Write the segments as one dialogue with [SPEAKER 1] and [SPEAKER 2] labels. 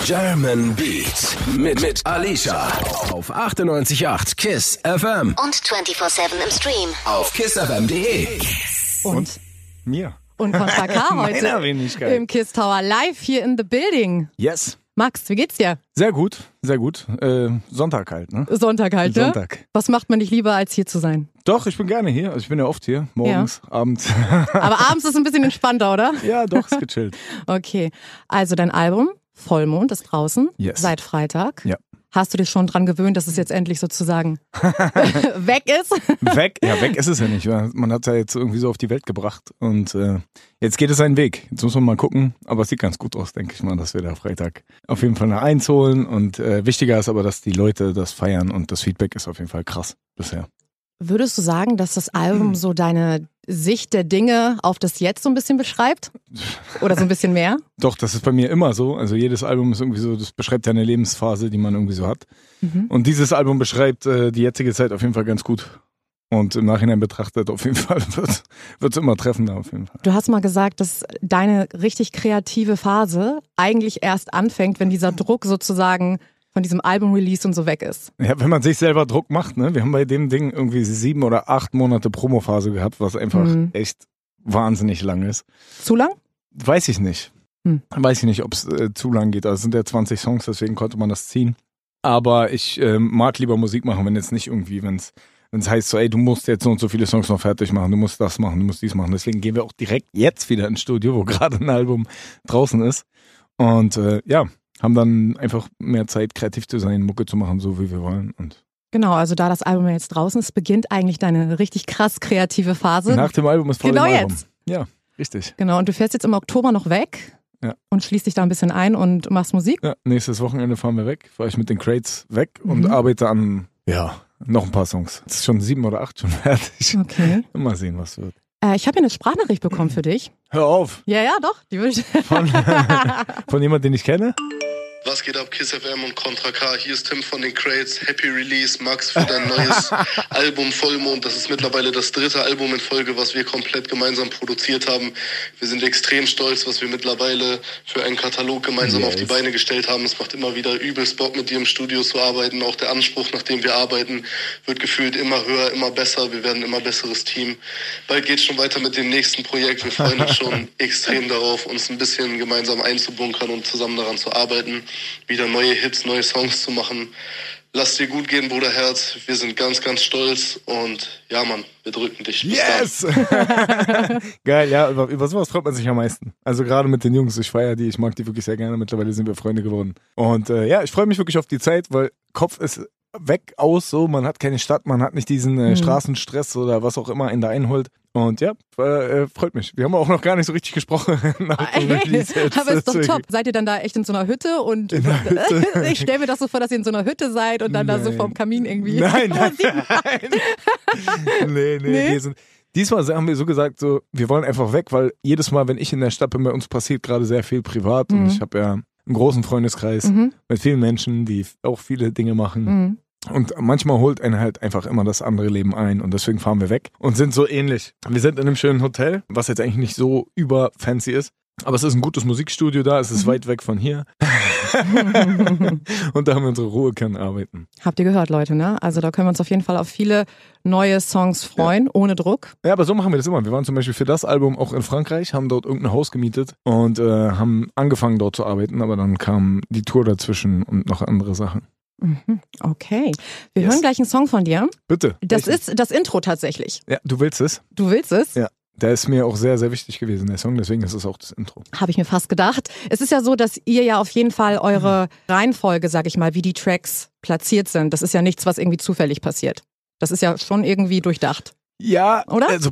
[SPEAKER 1] German Beats mit, mit Alicia auf 98.8 KISS FM
[SPEAKER 2] Und 24-7 im Stream.
[SPEAKER 1] auf kissfm.de.
[SPEAKER 3] Und,
[SPEAKER 4] Mir.
[SPEAKER 3] und Costa K Ah, heute
[SPEAKER 4] Meiner Wenigkeit.
[SPEAKER 3] im Kiss Tower live hier in the building.
[SPEAKER 4] Yes.
[SPEAKER 3] Max, wie geht's dir?
[SPEAKER 4] Sehr gut, sehr gut. Äh, Sonntag halt, ne?
[SPEAKER 3] Sonntag halt, ne?
[SPEAKER 4] Sonntag.
[SPEAKER 3] Was macht man nicht lieber, als hier zu sein?
[SPEAKER 4] Doch, ich bin gerne hier. Also ich bin ja oft hier. Morgens, abends.
[SPEAKER 3] Aber abends ist ein bisschen entspannter, oder?
[SPEAKER 4] ja, doch, ist gechillt.
[SPEAKER 3] Okay. Also dein Album Vollmond ist draußen
[SPEAKER 4] Yes.
[SPEAKER 3] seit Freitag.
[SPEAKER 4] Ja.
[SPEAKER 3] Hast du dich schon dran gewöhnt, dass es jetzt endlich sozusagen weg ist?
[SPEAKER 4] Weg? Ja, weg ist es ja nicht. weil Man hat es ja jetzt irgendwie so auf die Welt gebracht. Und äh, jetzt geht es seinen Weg. Jetzt muss man mal gucken. Aber es sieht ganz gut aus, denke ich mal, dass wir da Freitag auf jeden Fall eine Eins holen. Und äh, wichtiger ist aber, dass die Leute das feiern. Und das Feedback ist auf jeden Fall krass bisher.
[SPEAKER 3] Würdest du sagen, dass das Album so deine Sicht der Dinge auf das Jetzt so ein bisschen beschreibt? Oder so ein bisschen mehr?
[SPEAKER 4] Doch, das ist bei mir immer so. Also jedes Album ist irgendwie so, das beschreibt ja eine Lebensphase, die man irgendwie so hat. Und dieses Album beschreibt äh, die jetzige Zeit auf jeden Fall ganz gut. Und im Nachhinein betrachtet auf jeden Fall wird es immer treffender auf jeden Fall.
[SPEAKER 3] Du hast mal gesagt, dass deine richtig kreative Phase eigentlich erst anfängt, wenn dieser Druck sozusagen von diesem Album-Release und so weg ist.
[SPEAKER 4] Ja, wenn man sich selber Druck macht, ne? Wir haben bei dem Ding irgendwie sieben oder acht Monate Promophase gehabt, was einfach
[SPEAKER 3] Mhm.
[SPEAKER 4] echt wahnsinnig lang ist.
[SPEAKER 3] Zu lang?
[SPEAKER 4] Weiß ich nicht.
[SPEAKER 3] Hm.
[SPEAKER 4] Weiß ich nicht, ob es äh, zu lang geht. Also es sind ja 20 Songs, deswegen konnte man das ziehen. Aber ich ähm, mag lieber Musik machen, wenn jetzt nicht irgendwie, wenn es heißt so, ey, du musst jetzt so und so viele Songs noch fertig machen, du musst das machen, du musst dies machen. Deswegen gehen wir auch direkt jetzt wieder ins Studio, wo gerade ein Album draußen ist. Und äh, ja, haben dann einfach mehr Zeit, kreativ zu sein, Mucke zu machen, so wie wir wollen. Und
[SPEAKER 3] Genau, also da das Album ja jetzt draußen ist, beginnt eigentlich deine richtig krass kreative Phase.
[SPEAKER 4] nach dem Album ist vor
[SPEAKER 3] genau
[SPEAKER 4] dem Album.
[SPEAKER 3] jetzt.
[SPEAKER 4] Ja, richtig.
[SPEAKER 3] Genau, und du fährst jetzt im Oktober noch weg
[SPEAKER 4] Ja.
[SPEAKER 3] und schließt dich da ein bisschen ein und machst Musik.
[SPEAKER 4] Ja, nächstes Wochenende fahren wir weg, fahre ich mit den Crates weg und arbeite an, ja, noch ein paar Songs. Es ist schon sieben oder acht schon fertig.
[SPEAKER 3] Okay.
[SPEAKER 4] Mal sehen, was wird.
[SPEAKER 3] Äh, ich habe hier eine Sprachnachricht bekommen für dich.
[SPEAKER 4] Hör auf!
[SPEAKER 3] Ja, ja, doch. Die würde ich.
[SPEAKER 4] Von, von jemandem, den ich kenne?
[SPEAKER 5] Was geht ab, Kiss FM und Contra K? Hier ist Tim von den Crates. Happy Release, Max, für dein neues Album Vollmond. Das ist mittlerweile das dritte Album in Folge, was wir komplett gemeinsam produziert haben. Wir sind extrem stolz, was wir mittlerweile für einen Katalog gemeinsam auf die Beine gestellt haben. Es macht immer wieder übelst Bock, mit dir im Studio zu arbeiten. Auch der Anspruch, nach dem wir arbeiten, wird gefühlt immer höher, immer besser. Wir werden ein immer besseres Team. Bald geht's schon weiter mit dem nächsten Projekt. Wir freuen uns schon extrem darauf, uns ein bisschen gemeinsam einzubunkern und zusammen daran zu arbeiten, wieder neue Hits, neue Songs zu machen. Lass dir gut gehen, Bruder Herz. Wir sind ganz, ganz stolz und ja, Mann, wir drücken dich. Bis dann.
[SPEAKER 4] Yes! Geil, ja, über, über sowas freut man sich am meisten. Also gerade mit den Jungs, ich feiere die, ich mag die wirklich sehr gerne. Mittlerweile sind wir Freunde geworden. Und äh, ja, ich freue mich wirklich auf die Zeit, weil Kopf ist weg, aus, so, man hat keine Stadt, man hat nicht diesen
[SPEAKER 3] Mhm.
[SPEAKER 4] äh, Straßenstress oder was auch immer in der einholt. Und ja, äh, äh, freut mich. Wir haben auch noch gar nicht so richtig gesprochen. nach dem Release jetzt.
[SPEAKER 3] aber ist doch
[SPEAKER 4] Deswegen-
[SPEAKER 3] top. Seid ihr dann da echt in so einer Hütte und
[SPEAKER 4] In der Hütte.
[SPEAKER 3] ich stelle mir das so vor, dass ihr in so einer Hütte seid und dann da so
[SPEAKER 4] Nein.
[SPEAKER 3] vorm Kamin irgendwie.
[SPEAKER 4] Nein, nein, nein. nee, nee, Wir sind, diesmal haben wir so gesagt, so, wir wollen einfach weg, weil jedes Mal, wenn ich in der Stadt bin, bei uns passiert gerade sehr viel privat
[SPEAKER 3] Mhm.
[SPEAKER 4] und ich habe ja einen großen Freundeskreis mit vielen Menschen, die auch viele Dinge machen.
[SPEAKER 3] Mhm.
[SPEAKER 4] Und manchmal holt einen halt einfach immer das andere Leben ein und deswegen fahren wir weg und sind so ähnlich. Wir sind in einem schönen Hotel, was jetzt eigentlich nicht so über fancy ist. Aber es ist ein gutes Musikstudio da, es
[SPEAKER 3] Mhm.
[SPEAKER 4] ist weit weg von hier. und da haben wir unsere Ruhe, können arbeiten.
[SPEAKER 3] Habt ihr gehört, Leute, ne? Also da können wir uns auf jeden Fall auf viele neue Songs freuen, ohne Druck.
[SPEAKER 4] Ja, aber so machen wir das immer. Wir waren zum Beispiel für das Album auch in Frankreich, haben dort irgendein Haus gemietet und äh, haben angefangen dort zu arbeiten, aber dann kam die Tour dazwischen und noch andere Sachen.
[SPEAKER 3] Okay. Wir
[SPEAKER 4] Yes.
[SPEAKER 3] hören gleich einen Song von dir.
[SPEAKER 4] Bitte.
[SPEAKER 3] Das
[SPEAKER 4] Richtig.
[SPEAKER 3] ist das Intro tatsächlich.
[SPEAKER 4] Ja, du willst es.
[SPEAKER 3] Du willst es?
[SPEAKER 4] Ja. Der ist mir auch sehr, sehr wichtig gewesen, der Song, deswegen ist es auch das Intro.
[SPEAKER 3] Habe ich mir fast gedacht. Es ist ja so, dass ihr ja auf jeden Fall eure
[SPEAKER 4] Hm.
[SPEAKER 3] Reihenfolge, sag ich mal, wie die Tracks platziert sind. Das ist ja nichts, was irgendwie zufällig passiert. Das ist ja schon irgendwie durchdacht.
[SPEAKER 4] Ja,
[SPEAKER 3] Oder?
[SPEAKER 4] Also,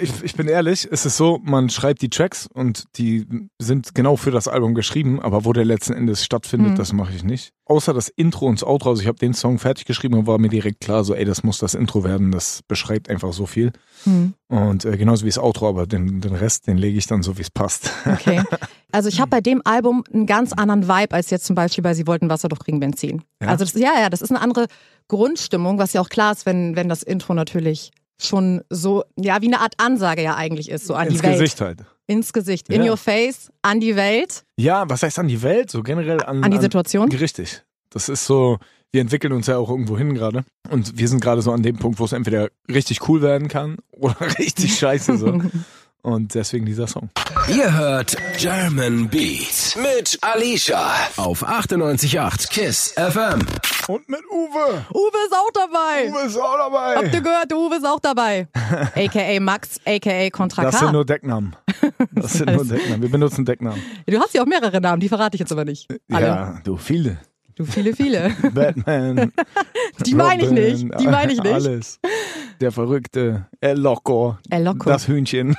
[SPEAKER 4] ich, ich bin ehrlich, es ist so, man schreibt die Tracks und die sind genau für das Album geschrieben, aber wo der letzten Endes stattfindet,
[SPEAKER 3] Mhm.
[SPEAKER 4] das mache ich nicht. Außer das Intro und das Outro, also ich habe den Song fertig geschrieben und war mir direkt klar, so, ey, das muss das Intro werden, das beschreibt einfach so viel.
[SPEAKER 3] Hm.
[SPEAKER 4] Und äh, genauso wie das Outro, aber den, den Rest, den lege ich dann so, wie es passt.
[SPEAKER 3] Okay. Also ich habe bei dem Album einen ganz anderen Vibe als jetzt zum Beispiel bei Sie wollten Wasser doch kriegen Benzin.
[SPEAKER 4] Ja?
[SPEAKER 3] Also das, ja, ja, das ist eine andere Grundstimmung, was ja auch klar ist, wenn, wenn das Intro natürlich schon so, ja, wie eine Art Ansage ja eigentlich ist, so an
[SPEAKER 4] Ins
[SPEAKER 3] die Welt.
[SPEAKER 4] Gesicht halt.
[SPEAKER 3] Ins Gesicht. In
[SPEAKER 4] Ja.
[SPEAKER 3] your face, an die Welt.
[SPEAKER 4] Ja, was heißt an die Welt? So generell an,
[SPEAKER 3] An die Situation?
[SPEAKER 4] Richtig. Das ist so, wir entwickeln uns ja auch irgendwo hin gerade. Und wir sind gerade so an dem Punkt, wo es entweder richtig cool werden kann oder richtig scheiße so. Und deswegen dieser Song.
[SPEAKER 1] Ihr hört German Beat mit Alicia auf 98.8 KISS FM.
[SPEAKER 4] Und mit Uwe.
[SPEAKER 3] Uwe ist auch dabei.
[SPEAKER 4] Uwe ist auch
[SPEAKER 3] Habt ihr
[SPEAKER 4] dabei.
[SPEAKER 3] gehört, der Uwe ist auch dabei. AKA Max, AKA Contra
[SPEAKER 4] Das
[SPEAKER 3] K.
[SPEAKER 4] sind nur Decknamen. Das sind nur Decknamen. Wir benutzen Decknamen.
[SPEAKER 3] Du hast ja auch mehrere Namen, die verrate ich jetzt aber nicht. Alle.
[SPEAKER 4] Ja, du, viele.
[SPEAKER 3] Du viele, viele.
[SPEAKER 4] Batman.
[SPEAKER 3] Die meine ich
[SPEAKER 4] Robin,
[SPEAKER 3] nicht. Die meine ich nicht.
[SPEAKER 4] Alles. Der Verrückte. El Loco.
[SPEAKER 3] El Loco.
[SPEAKER 4] Das Hühnchen.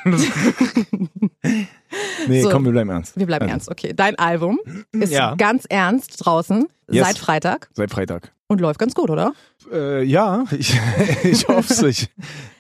[SPEAKER 4] nee,
[SPEAKER 3] So.
[SPEAKER 4] komm, wir bleiben ernst.
[SPEAKER 3] Wir bleiben
[SPEAKER 4] Also,
[SPEAKER 3] ernst, okay. Dein Album ist
[SPEAKER 4] Ja.
[SPEAKER 3] ganz ernst draußen
[SPEAKER 4] Yes.
[SPEAKER 3] seit Freitag
[SPEAKER 4] Seit Freitag.
[SPEAKER 3] und läuft ganz gut, oder? Also,
[SPEAKER 4] Äh, ja, ich, ich hoffe es. Ich,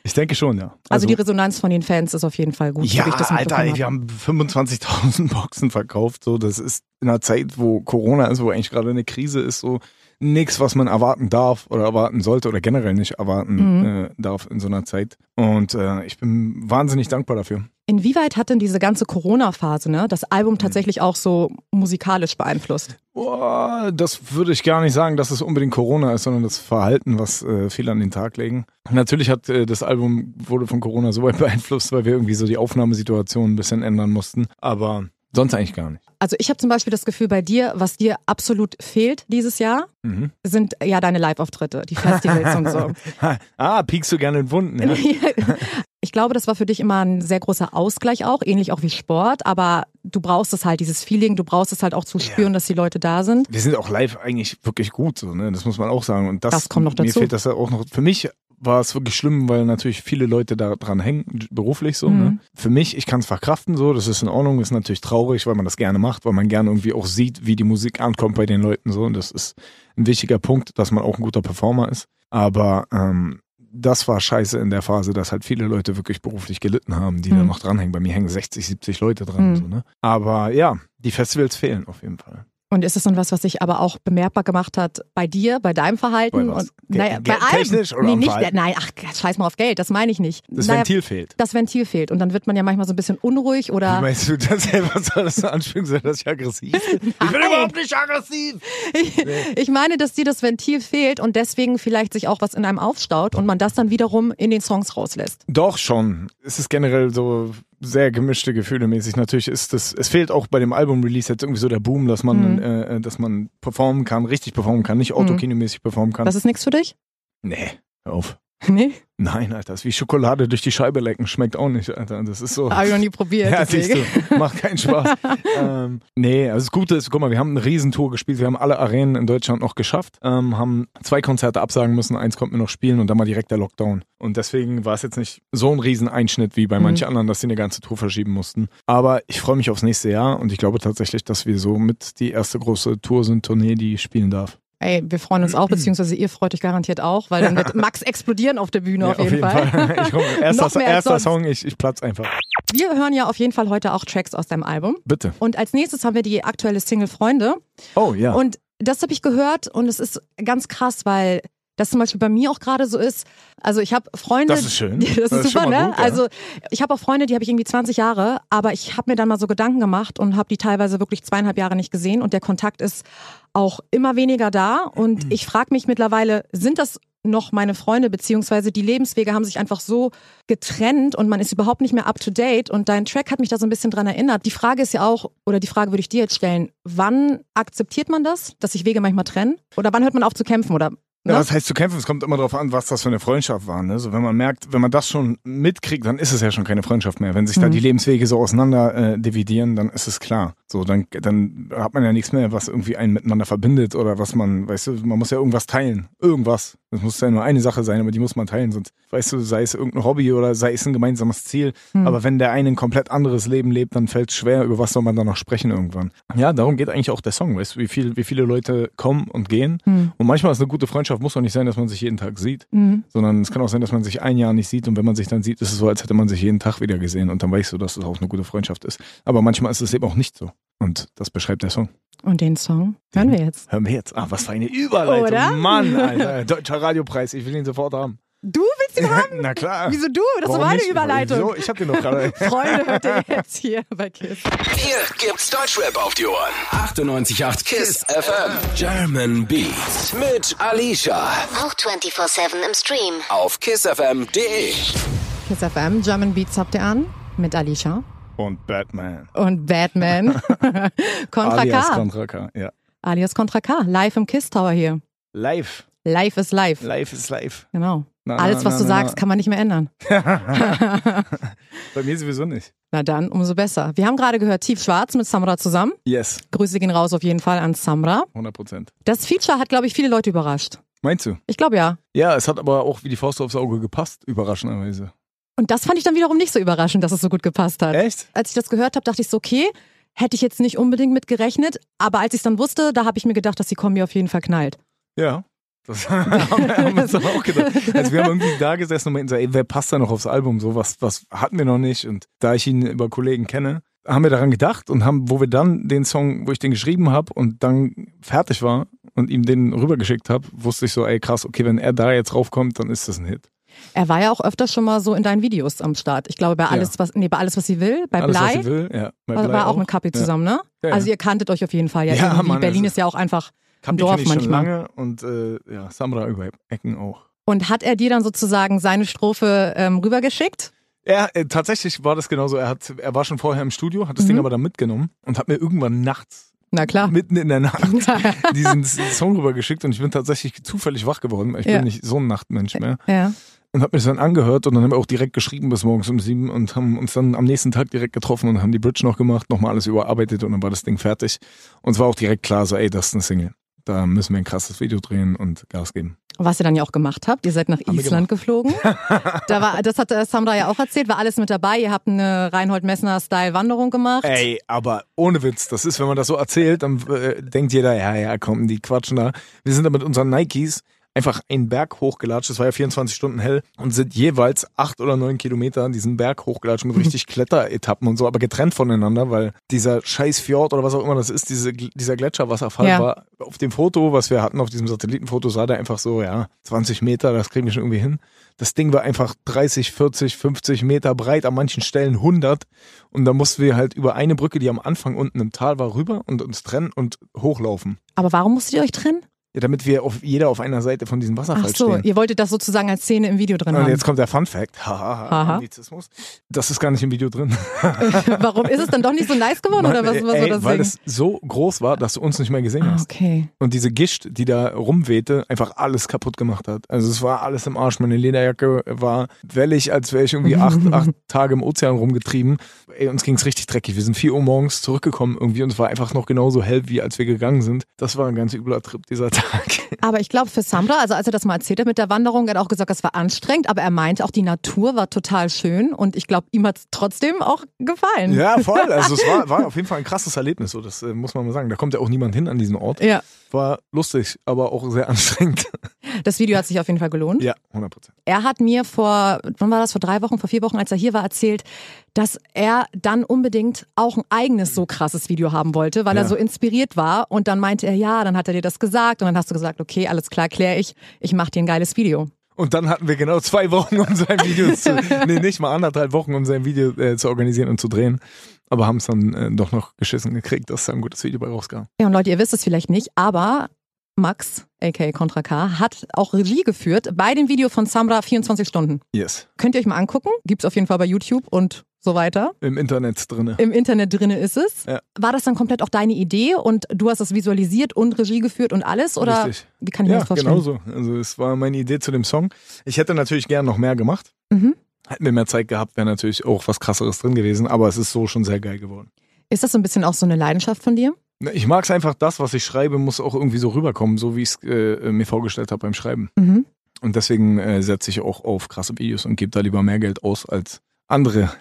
[SPEAKER 4] ich denke schon, ja.
[SPEAKER 3] Also, die Resonanz von den Fans ist auf jeden Fall gut. so
[SPEAKER 4] ja,
[SPEAKER 3] wie ich das
[SPEAKER 4] Alter, ey,
[SPEAKER 3] mitbekommen
[SPEAKER 4] wir
[SPEAKER 3] habe.
[SPEAKER 4] haben 25.000 Boxen verkauft. So, das ist in einer Zeit, wo Corona ist, wo eigentlich gerade eine Krise ist, so nichts, was man erwarten darf oder erwarten sollte oder generell nicht erwarten
[SPEAKER 3] Mhm.
[SPEAKER 4] äh, darf in so einer Zeit. Und äh, ich bin wahnsinnig dankbar dafür.
[SPEAKER 3] Inwieweit hat denn diese ganze Corona-Phase ne, das Album
[SPEAKER 4] Mhm.
[SPEAKER 3] tatsächlich auch so musikalisch beeinflusst?
[SPEAKER 4] Boah, das würde ich gar nicht sagen, dass es unbedingt Corona ist, sondern das Verhalten, was äh, viele an den Tag legen. Natürlich hat äh, das Album wurde von Corona so weit beeinflusst, weil wir irgendwie so die Aufnahmesituation ein bisschen ändern mussten. Aber sonst eigentlich gar nicht.
[SPEAKER 3] Also ich habe zum Beispiel das Gefühl bei dir, was dir absolut fehlt dieses Jahr,
[SPEAKER 4] Mhm.
[SPEAKER 3] sind ja deine Live-Auftritte, die Festivals und so.
[SPEAKER 4] Ah, piekst du gerne in Wunden. Ja?
[SPEAKER 3] Ich glaube, das war für dich immer ein sehr großer Ausgleich auch, ähnlich auch wie Sport, aber du brauchst es halt, dieses Feeling, du brauchst es halt auch zu spüren, dass die Leute da sind.
[SPEAKER 4] Wir sind auch live eigentlich wirklich gut, so, ne? das muss man auch sagen. Und das,
[SPEAKER 3] Das kommt noch
[SPEAKER 4] Mir
[SPEAKER 3] dazu.
[SPEAKER 4] fehlt das ja auch noch. Für mich war es wirklich schlimm, weil natürlich viele Leute da dran hängen, beruflich so.
[SPEAKER 3] Mhm.
[SPEAKER 4] Ne? Für mich, ich kann es verkraften so, das ist in Ordnung, ist natürlich traurig, weil man das gerne macht, weil man gerne irgendwie auch sieht, wie die Musik ankommt bei den Leuten so. Und das ist ein wichtiger Punkt, dass man auch ein guter Performer ist. Aber ähm, das war scheiße in der Phase, dass halt viele Leute wirklich beruflich gelitten haben, die da
[SPEAKER 3] Mhm.
[SPEAKER 4] noch dranhängen. Bei mir hängen 60, 70 Leute dran.
[SPEAKER 3] Mhm.
[SPEAKER 4] So, ne? Aber ja, die Festivals fehlen auf jeden Fall.
[SPEAKER 3] Und ist das dann was, was sich aber auch bemerkbar gemacht hat bei dir, bei deinem Verhalten?
[SPEAKER 4] Bei was?
[SPEAKER 3] Und, naja, bei
[SPEAKER 4] Ge- ge-
[SPEAKER 3] allem.
[SPEAKER 4] technisch oder
[SPEAKER 3] nee,
[SPEAKER 4] am
[SPEAKER 3] nicht,
[SPEAKER 4] Verhalten?
[SPEAKER 3] Nein, ach, scheiß mal auf Geld, das meine ich nicht.
[SPEAKER 4] Das
[SPEAKER 3] Naja,
[SPEAKER 4] Ventil fehlt.
[SPEAKER 3] das Ventil fehlt. Und dann wird man ja manchmal so ein bisschen unruhig
[SPEAKER 4] Wie
[SPEAKER 3] oder.
[SPEAKER 4] meinst du das? Ey, was soll das so anspringen? Soll das ich aggressiv? bin? Ich bin
[SPEAKER 3] Nein.
[SPEAKER 4] überhaupt nicht aggressiv.
[SPEAKER 3] Ich meine, dass dir das Ventil fehlt und deswegen vielleicht sich auch was in einem aufstaut und man das dann wiederum in den Songs rauslässt.
[SPEAKER 4] Doch schon. Es ist generell so sehr gemischte Gefühle mäßig. Natürlich ist das, es fehlt auch bei dem Album-Release jetzt irgendwie so der Boom, dass man,
[SPEAKER 3] Mhm.
[SPEAKER 4] äh, dass man performen kann, richtig performen kann, nicht autokinemäßig performen kann.
[SPEAKER 3] Das ist nichts für dich?
[SPEAKER 4] nee, hör auf.
[SPEAKER 3] Nee,
[SPEAKER 4] Nein, Alter, das ist wie Schokolade durch die Scheibe lecken. Schmeckt auch nicht, Alter. Das ist so.
[SPEAKER 3] habe ich noch nie probiert.
[SPEAKER 4] Ja, siehst
[SPEAKER 3] deswegen.
[SPEAKER 4] du, macht keinen Spaß. ähm, nee, also das Gute ist, guck mal, wir haben eine Riesentour gespielt, wir haben alle Arenen in Deutschland noch geschafft, ähm, haben zwei Konzerte absagen müssen, eins konnten wir noch spielen und dann mal direkt der Lockdown. Und deswegen war es jetzt nicht so ein Rieseneinschnitt wie
[SPEAKER 3] Mhm.
[SPEAKER 4] bei manchen anderen, dass sie eine ganze Tour verschieben mussten. Aber ich freue mich aufs nächste Jahr und ich glaube tatsächlich, dass wir so mit die erste große Tour sind, Tournee, die spielen darf.
[SPEAKER 3] Ey, wir freuen uns auch, beziehungsweise ihr freut euch garantiert auch, weil dann wird Max explodieren auf der Bühne
[SPEAKER 4] Ja,
[SPEAKER 3] auf, jeden Fall.
[SPEAKER 4] Ich komm, erster
[SPEAKER 3] Noch mehr als
[SPEAKER 4] erster
[SPEAKER 3] sonst.
[SPEAKER 4] Song, ich, ich platz einfach.
[SPEAKER 3] Wir hören ja auf jeden Fall heute auch Tracks aus deinem Album.
[SPEAKER 4] Bitte.
[SPEAKER 3] Und als nächstes haben wir die aktuelle Single Freunde.
[SPEAKER 4] Oh ja.
[SPEAKER 3] Und das habe ich gehört und es ist ganz krass, weil das zum Beispiel bei mir auch gerade so ist. Also ich habe Freunde.
[SPEAKER 4] Das ist schön.
[SPEAKER 3] Das ist
[SPEAKER 4] Das ist
[SPEAKER 3] super,
[SPEAKER 4] schon mal
[SPEAKER 3] ne?
[SPEAKER 4] gut, ja.
[SPEAKER 3] Also ich habe auch Freunde, die habe ich irgendwie 20 Jahre, aber ich habe mir dann mal so Gedanken gemacht und habe die teilweise wirklich zweieinhalb Jahre nicht gesehen und der Kontakt ist auch immer weniger da.
[SPEAKER 4] Mhm.
[SPEAKER 3] Und ich frage mich mittlerweile, sind das noch meine Freunde, beziehungsweise die Lebenswege haben sich einfach so getrennt und man ist überhaupt nicht mehr up to date. Und dein Track hat mich da so ein bisschen dran erinnert. Die Frage ist ja auch, oder die Frage würde ich dir jetzt stellen, wann akzeptiert man das, dass sich Wege manchmal trennen? Oder wann hört man auf zu kämpfen? Oder ne?
[SPEAKER 4] Ja, was heißt zu kämpfen? Es kommt immer darauf an, was das für eine Freundschaft war. Ne? So, wenn man merkt, wenn man das schon mitkriegt, dann ist es ja schon keine Freundschaft mehr. Wenn sich da die Lebenswege so auseinander äh, dividieren, dann ist es klar. So, dann, dann hat man ja nichts mehr, was irgendwie einen miteinander verbindet oder was man, weißt du, man muss ja irgendwas teilen. Irgendwas. Das muss ja nur eine Sache sein, aber die muss man teilen. Sonst, weißt du, sei es irgendein Hobby oder sei es ein gemeinsames Ziel.
[SPEAKER 3] Hm.
[SPEAKER 4] Aber wenn der eine ein komplett anderes Leben lebt, dann fällt es schwer, über was soll man da noch sprechen irgendwann. Ja, darum geht eigentlich auch der Song, weißt du, wie, viel, wie viele Leute kommen und gehen.
[SPEAKER 3] Hm.
[SPEAKER 4] Und manchmal ist eine gute Freundschaft, muss doch nicht sein, dass man sich jeden Tag sieht, sondern es kann auch sein, dass man sich ein Jahr nicht sieht und wenn man sich dann sieht, ist es so, als hätte man sich jeden Tag wieder gesehen und dann weißt du, dass es auch eine gute Freundschaft ist. Aber manchmal ist es eben auch nicht so. Und das beschreibt der Song.
[SPEAKER 3] Und den Song hören wir jetzt.
[SPEAKER 4] Hören wir jetzt. Ah, was für eine Überleitung.
[SPEAKER 3] Oder?
[SPEAKER 4] Mann, Alter. Deutscher Radiopreis, ich will ihn sofort haben.
[SPEAKER 3] Du willst ihn haben?
[SPEAKER 4] Na klar.
[SPEAKER 3] Wieso du? Das
[SPEAKER 4] Warum
[SPEAKER 3] war meine
[SPEAKER 4] nicht?
[SPEAKER 3] Überleitung.
[SPEAKER 4] Wieso? Ich hab den doch gerade.
[SPEAKER 3] Freunde, hört ihr jetzt hier bei KISS.
[SPEAKER 1] Hier gibt's Deutschrap auf die Ohren. 98.8 KISS FM. German Beats mit Alicia.
[SPEAKER 2] Auch 24-7 im Stream.
[SPEAKER 1] Auf kissfm.de.
[SPEAKER 3] KISS FM, German Beats habt ihr an. Mit Alicia
[SPEAKER 4] Und Batman.
[SPEAKER 3] und Batman. Contra
[SPEAKER 4] Alias
[SPEAKER 3] K.
[SPEAKER 4] Contra K. Ja.
[SPEAKER 3] alias Contra K. Live im KISS Tower hier.
[SPEAKER 4] Live.
[SPEAKER 3] Live ist live.
[SPEAKER 4] Live ist live.
[SPEAKER 3] Genau.
[SPEAKER 4] Na,
[SPEAKER 3] Alles,
[SPEAKER 4] na,
[SPEAKER 3] was du
[SPEAKER 4] na,
[SPEAKER 3] sagst,
[SPEAKER 4] na.
[SPEAKER 3] kann man nicht mehr ändern.
[SPEAKER 4] Bei mir sowieso nicht.
[SPEAKER 3] Na dann, umso besser. Wir haben gerade gehört, Tief Schwarz mit Samra zusammen.
[SPEAKER 4] Yes.
[SPEAKER 3] Grüße gehen raus auf jeden Fall an Samra.
[SPEAKER 4] 100 Prozent.
[SPEAKER 3] Das Feature hat, glaube ich, viele Leute überrascht.
[SPEAKER 4] Meinst du?
[SPEAKER 3] Ich glaube ja.
[SPEAKER 4] Ja, es hat aber auch wie die Faust aufs Auge gepasst, überraschenderweise.
[SPEAKER 3] Und das fand ich dann wiederum nicht so überraschend, dass es so gut gepasst hat.
[SPEAKER 4] Echt?
[SPEAKER 3] Als ich das gehört habe, dachte ich so, okay, hätte ich jetzt nicht unbedingt mit gerechnet. Aber als ich es dann wusste, da habe ich mir gedacht, dass die Kombi auf jeden Fall knallt.
[SPEAKER 4] Ja. Das haben wir haben wir uns aber auch gedacht. Also wir haben irgendwie da gesessen und meinten so, ey, wer passt da noch aufs Album? So was, was hatten wir noch nicht? Und da ich ihn über Kollegen kenne, haben wir daran gedacht und haben, wo wir dann den Song, wo ich den geschrieben habe und dann fertig war und ihm den rübergeschickt habe, wusste ich so, ey, krass, okay, wenn er da jetzt raufkommt, dann ist das ein Hit.
[SPEAKER 3] Er war ja auch öfter schon mal so in deinen Videos am Start. Ich glaube, bei alles, was, nee, bei alles, was sie will, bei
[SPEAKER 4] Alles, was
[SPEAKER 3] Blei,
[SPEAKER 4] sie will, ja. Bei
[SPEAKER 3] war,
[SPEAKER 4] Blei
[SPEAKER 3] war auch mit Kapi
[SPEAKER 4] Ja.
[SPEAKER 3] zusammen, ne?
[SPEAKER 4] Ja, ja.
[SPEAKER 3] Also ihr kanntet euch auf jeden Fall. Ja,
[SPEAKER 4] Ja,
[SPEAKER 3] irgendwie.
[SPEAKER 4] Mann,
[SPEAKER 3] Berlin
[SPEAKER 4] also-
[SPEAKER 3] ist ja auch einfach ein
[SPEAKER 4] Kapi
[SPEAKER 3] Dorf
[SPEAKER 4] kenn ich schon
[SPEAKER 3] manchmal.
[SPEAKER 4] lange und äh, ja, Samra über Ecken auch.
[SPEAKER 3] Und hat er dir dann sozusagen seine Strophe ähm, rübergeschickt?
[SPEAKER 4] Er, äh, tatsächlich war das genauso. Er, hat, er war schon vorher im Studio, hat das
[SPEAKER 3] Mhm.
[SPEAKER 4] Ding aber dann mitgenommen und hat mir irgendwann nachts,
[SPEAKER 3] Na klar.
[SPEAKER 4] mitten in der Nacht, diesen S- Song rübergeschickt und ich bin tatsächlich zufällig wach geworden. weil Ich
[SPEAKER 3] Ja. Äh,
[SPEAKER 4] bin nicht so ein Nachtmensch mehr.
[SPEAKER 3] ja.
[SPEAKER 4] Und habe mir das dann angehört und dann haben wir auch direkt geschrieben bis morgens um sieben und haben uns dann am nächsten Tag direkt getroffen und haben die Bridge noch gemacht, nochmal alles überarbeitet und dann war das Ding fertig. Und es war auch direkt klar, so, ey, das ist eine Single. Da müssen wir ein krasses Video drehen und Gas geben.
[SPEAKER 3] Was ihr dann ja auch gemacht habt, ihr seid nach
[SPEAKER 4] wir
[SPEAKER 3] Island geflogen. Da war, das hat äh, Samra ja auch erzählt, war alles mit dabei. Ihr habt eine Reinhold Messner-Style-Wanderung gemacht.
[SPEAKER 4] Ey, aber ohne Witz, das ist, wenn man das so erzählt, dann äh, denkt jeder, ja, ja, komm, die quatschen da. Wir sind da mit unseren Nikes einfach einen Berg hochgelatscht, es war ja 24 Stunden hell und sind jeweils acht oder neun Kilometer diesen Berg hochgelatscht mit richtig Kletteretappen und so, aber getrennt voneinander, weil dieser scheiß Fjord oder was auch immer das ist, diese, dieser Gletscherwasserfall
[SPEAKER 3] Ja.
[SPEAKER 4] war auf dem Foto, was wir hatten, auf diesem Satellitenfoto, sah der einfach so, ja, 20 Meter, das kriegen wir schon irgendwie hin. Das Ding war einfach 30, 40, 50 Meter breit, an manchen Stellen 100. Und da mussten wir halt über eine Brücke, die am Anfang unten im Tal war, rüber und uns trennen und hochlaufen.
[SPEAKER 3] Aber warum musstet ihr euch trennen?
[SPEAKER 4] Ja, damit wir auf, jeder auf einer Seite von diesem
[SPEAKER 3] Ach
[SPEAKER 4] Wasserfall
[SPEAKER 3] so,
[SPEAKER 4] halt stehen.
[SPEAKER 3] ihr wolltet das sozusagen als Szene im Video drin
[SPEAKER 4] Und
[SPEAKER 3] haben.
[SPEAKER 4] jetzt kommt der Fun Fact.
[SPEAKER 3] Aha.
[SPEAKER 4] Haha, Anglizismus. Das ist gar nicht im Video drin.
[SPEAKER 3] warum ist es dann doch nicht so nice geworden oder was, was
[SPEAKER 4] Ey,
[SPEAKER 3] war das
[SPEAKER 4] weil
[SPEAKER 3] Ding?
[SPEAKER 4] es so groß war, dass du uns nicht mehr gesehen
[SPEAKER 3] Ah,
[SPEAKER 4] hast.
[SPEAKER 3] okay.
[SPEAKER 4] Und diese Gischt, die da rumwehte, einfach alles kaputt gemacht hat. Also es war alles im Arsch. Meine Lederjacke war wellig, als wäre ich irgendwie acht, acht Tage im Ozean rumgetrieben. Ey, uns ging's richtig dreckig. Wir sind 4 Uhr morgens zurückgekommen irgendwie und es war einfach noch genauso hell, wie als wir gegangen sind. Das war ein ganz übler Trip dieser Tag.
[SPEAKER 3] Aber ich glaube, für Samra, also als er das mal erzählt hat mit der Wanderung, er hat auch gesagt, das war anstrengend, aber er meinte auch, die Natur war total schön und ich glaube, ihm hat es trotzdem auch gefallen.
[SPEAKER 4] Ja, voll. Also es war, war auf jeden Fall ein krasses Erlebnis. So, das äh, muss man mal sagen. Da kommt ja auch niemand hin an diesen Ort.
[SPEAKER 3] Ja,
[SPEAKER 4] War lustig, aber auch sehr anstrengend.
[SPEAKER 3] das Video hat sich auf jeden Fall gelohnt.
[SPEAKER 4] Ja, 100 Prozent.
[SPEAKER 3] Er hat mir vor, wann war das, vor drei Wochen, vor vier Wochen, als er hier war, erzählt, dass er dann unbedingt auch ein eigenes so krasses Video haben wollte, weil er
[SPEAKER 4] Ja.
[SPEAKER 3] so inspiriert war. Und dann meinte er, ja, dann hat er dir das gesagt. Und dann hast du gesagt, okay, alles klar, klär ich, ich mache dir ein geiles Video.
[SPEAKER 4] Und dann hatten wir genau zwei Wochen, um sein Video zu. Nee, nicht mal anderthalb Wochen, um sein Video äh, zu organisieren und zu drehen. Aber haben es dann äh, doch noch geschissen gekriegt, dass da ein gutes Video bei rauskam.
[SPEAKER 3] Ja, und Leute, ihr wisst es vielleicht nicht, aber Max, aka Contra K, hat auch Regie geführt bei dem Video von Samra 24 Stunden.
[SPEAKER 4] Yes.
[SPEAKER 3] Könnt ihr euch mal angucken, gibt's auf jeden Fall bei YouTube und so weiter.
[SPEAKER 4] Im Internet drinne.
[SPEAKER 3] Im Internet drinne ist es.
[SPEAKER 4] Ja.
[SPEAKER 3] War das dann komplett auch deine Idee und du hast das visualisiert und Regie geführt und alles? Oder
[SPEAKER 4] Richtig.
[SPEAKER 3] wie kann ich mir
[SPEAKER 4] Ja,
[SPEAKER 3] das vorstellen?
[SPEAKER 4] genau so. Also es war meine Idee zu dem Song. Ich hätte natürlich gern noch mehr gemacht.
[SPEAKER 3] Mhm.
[SPEAKER 4] Hätten wir mehr Zeit gehabt, wäre natürlich auch was krasseres drin gewesen, aber es ist so schon sehr geil geworden.
[SPEAKER 3] Ist das so ein bisschen auch so eine Leidenschaft von dir?
[SPEAKER 4] Na, Ich mag es einfach, das, was ich schreibe, muss auch irgendwie so rüberkommen, so wie ich es äh, mir vorgestellt habe beim Schreiben.
[SPEAKER 3] Mhm.
[SPEAKER 4] Und deswegen äh, setze ich auch auf krasse Videos und gebe da lieber mehr Geld aus als andere.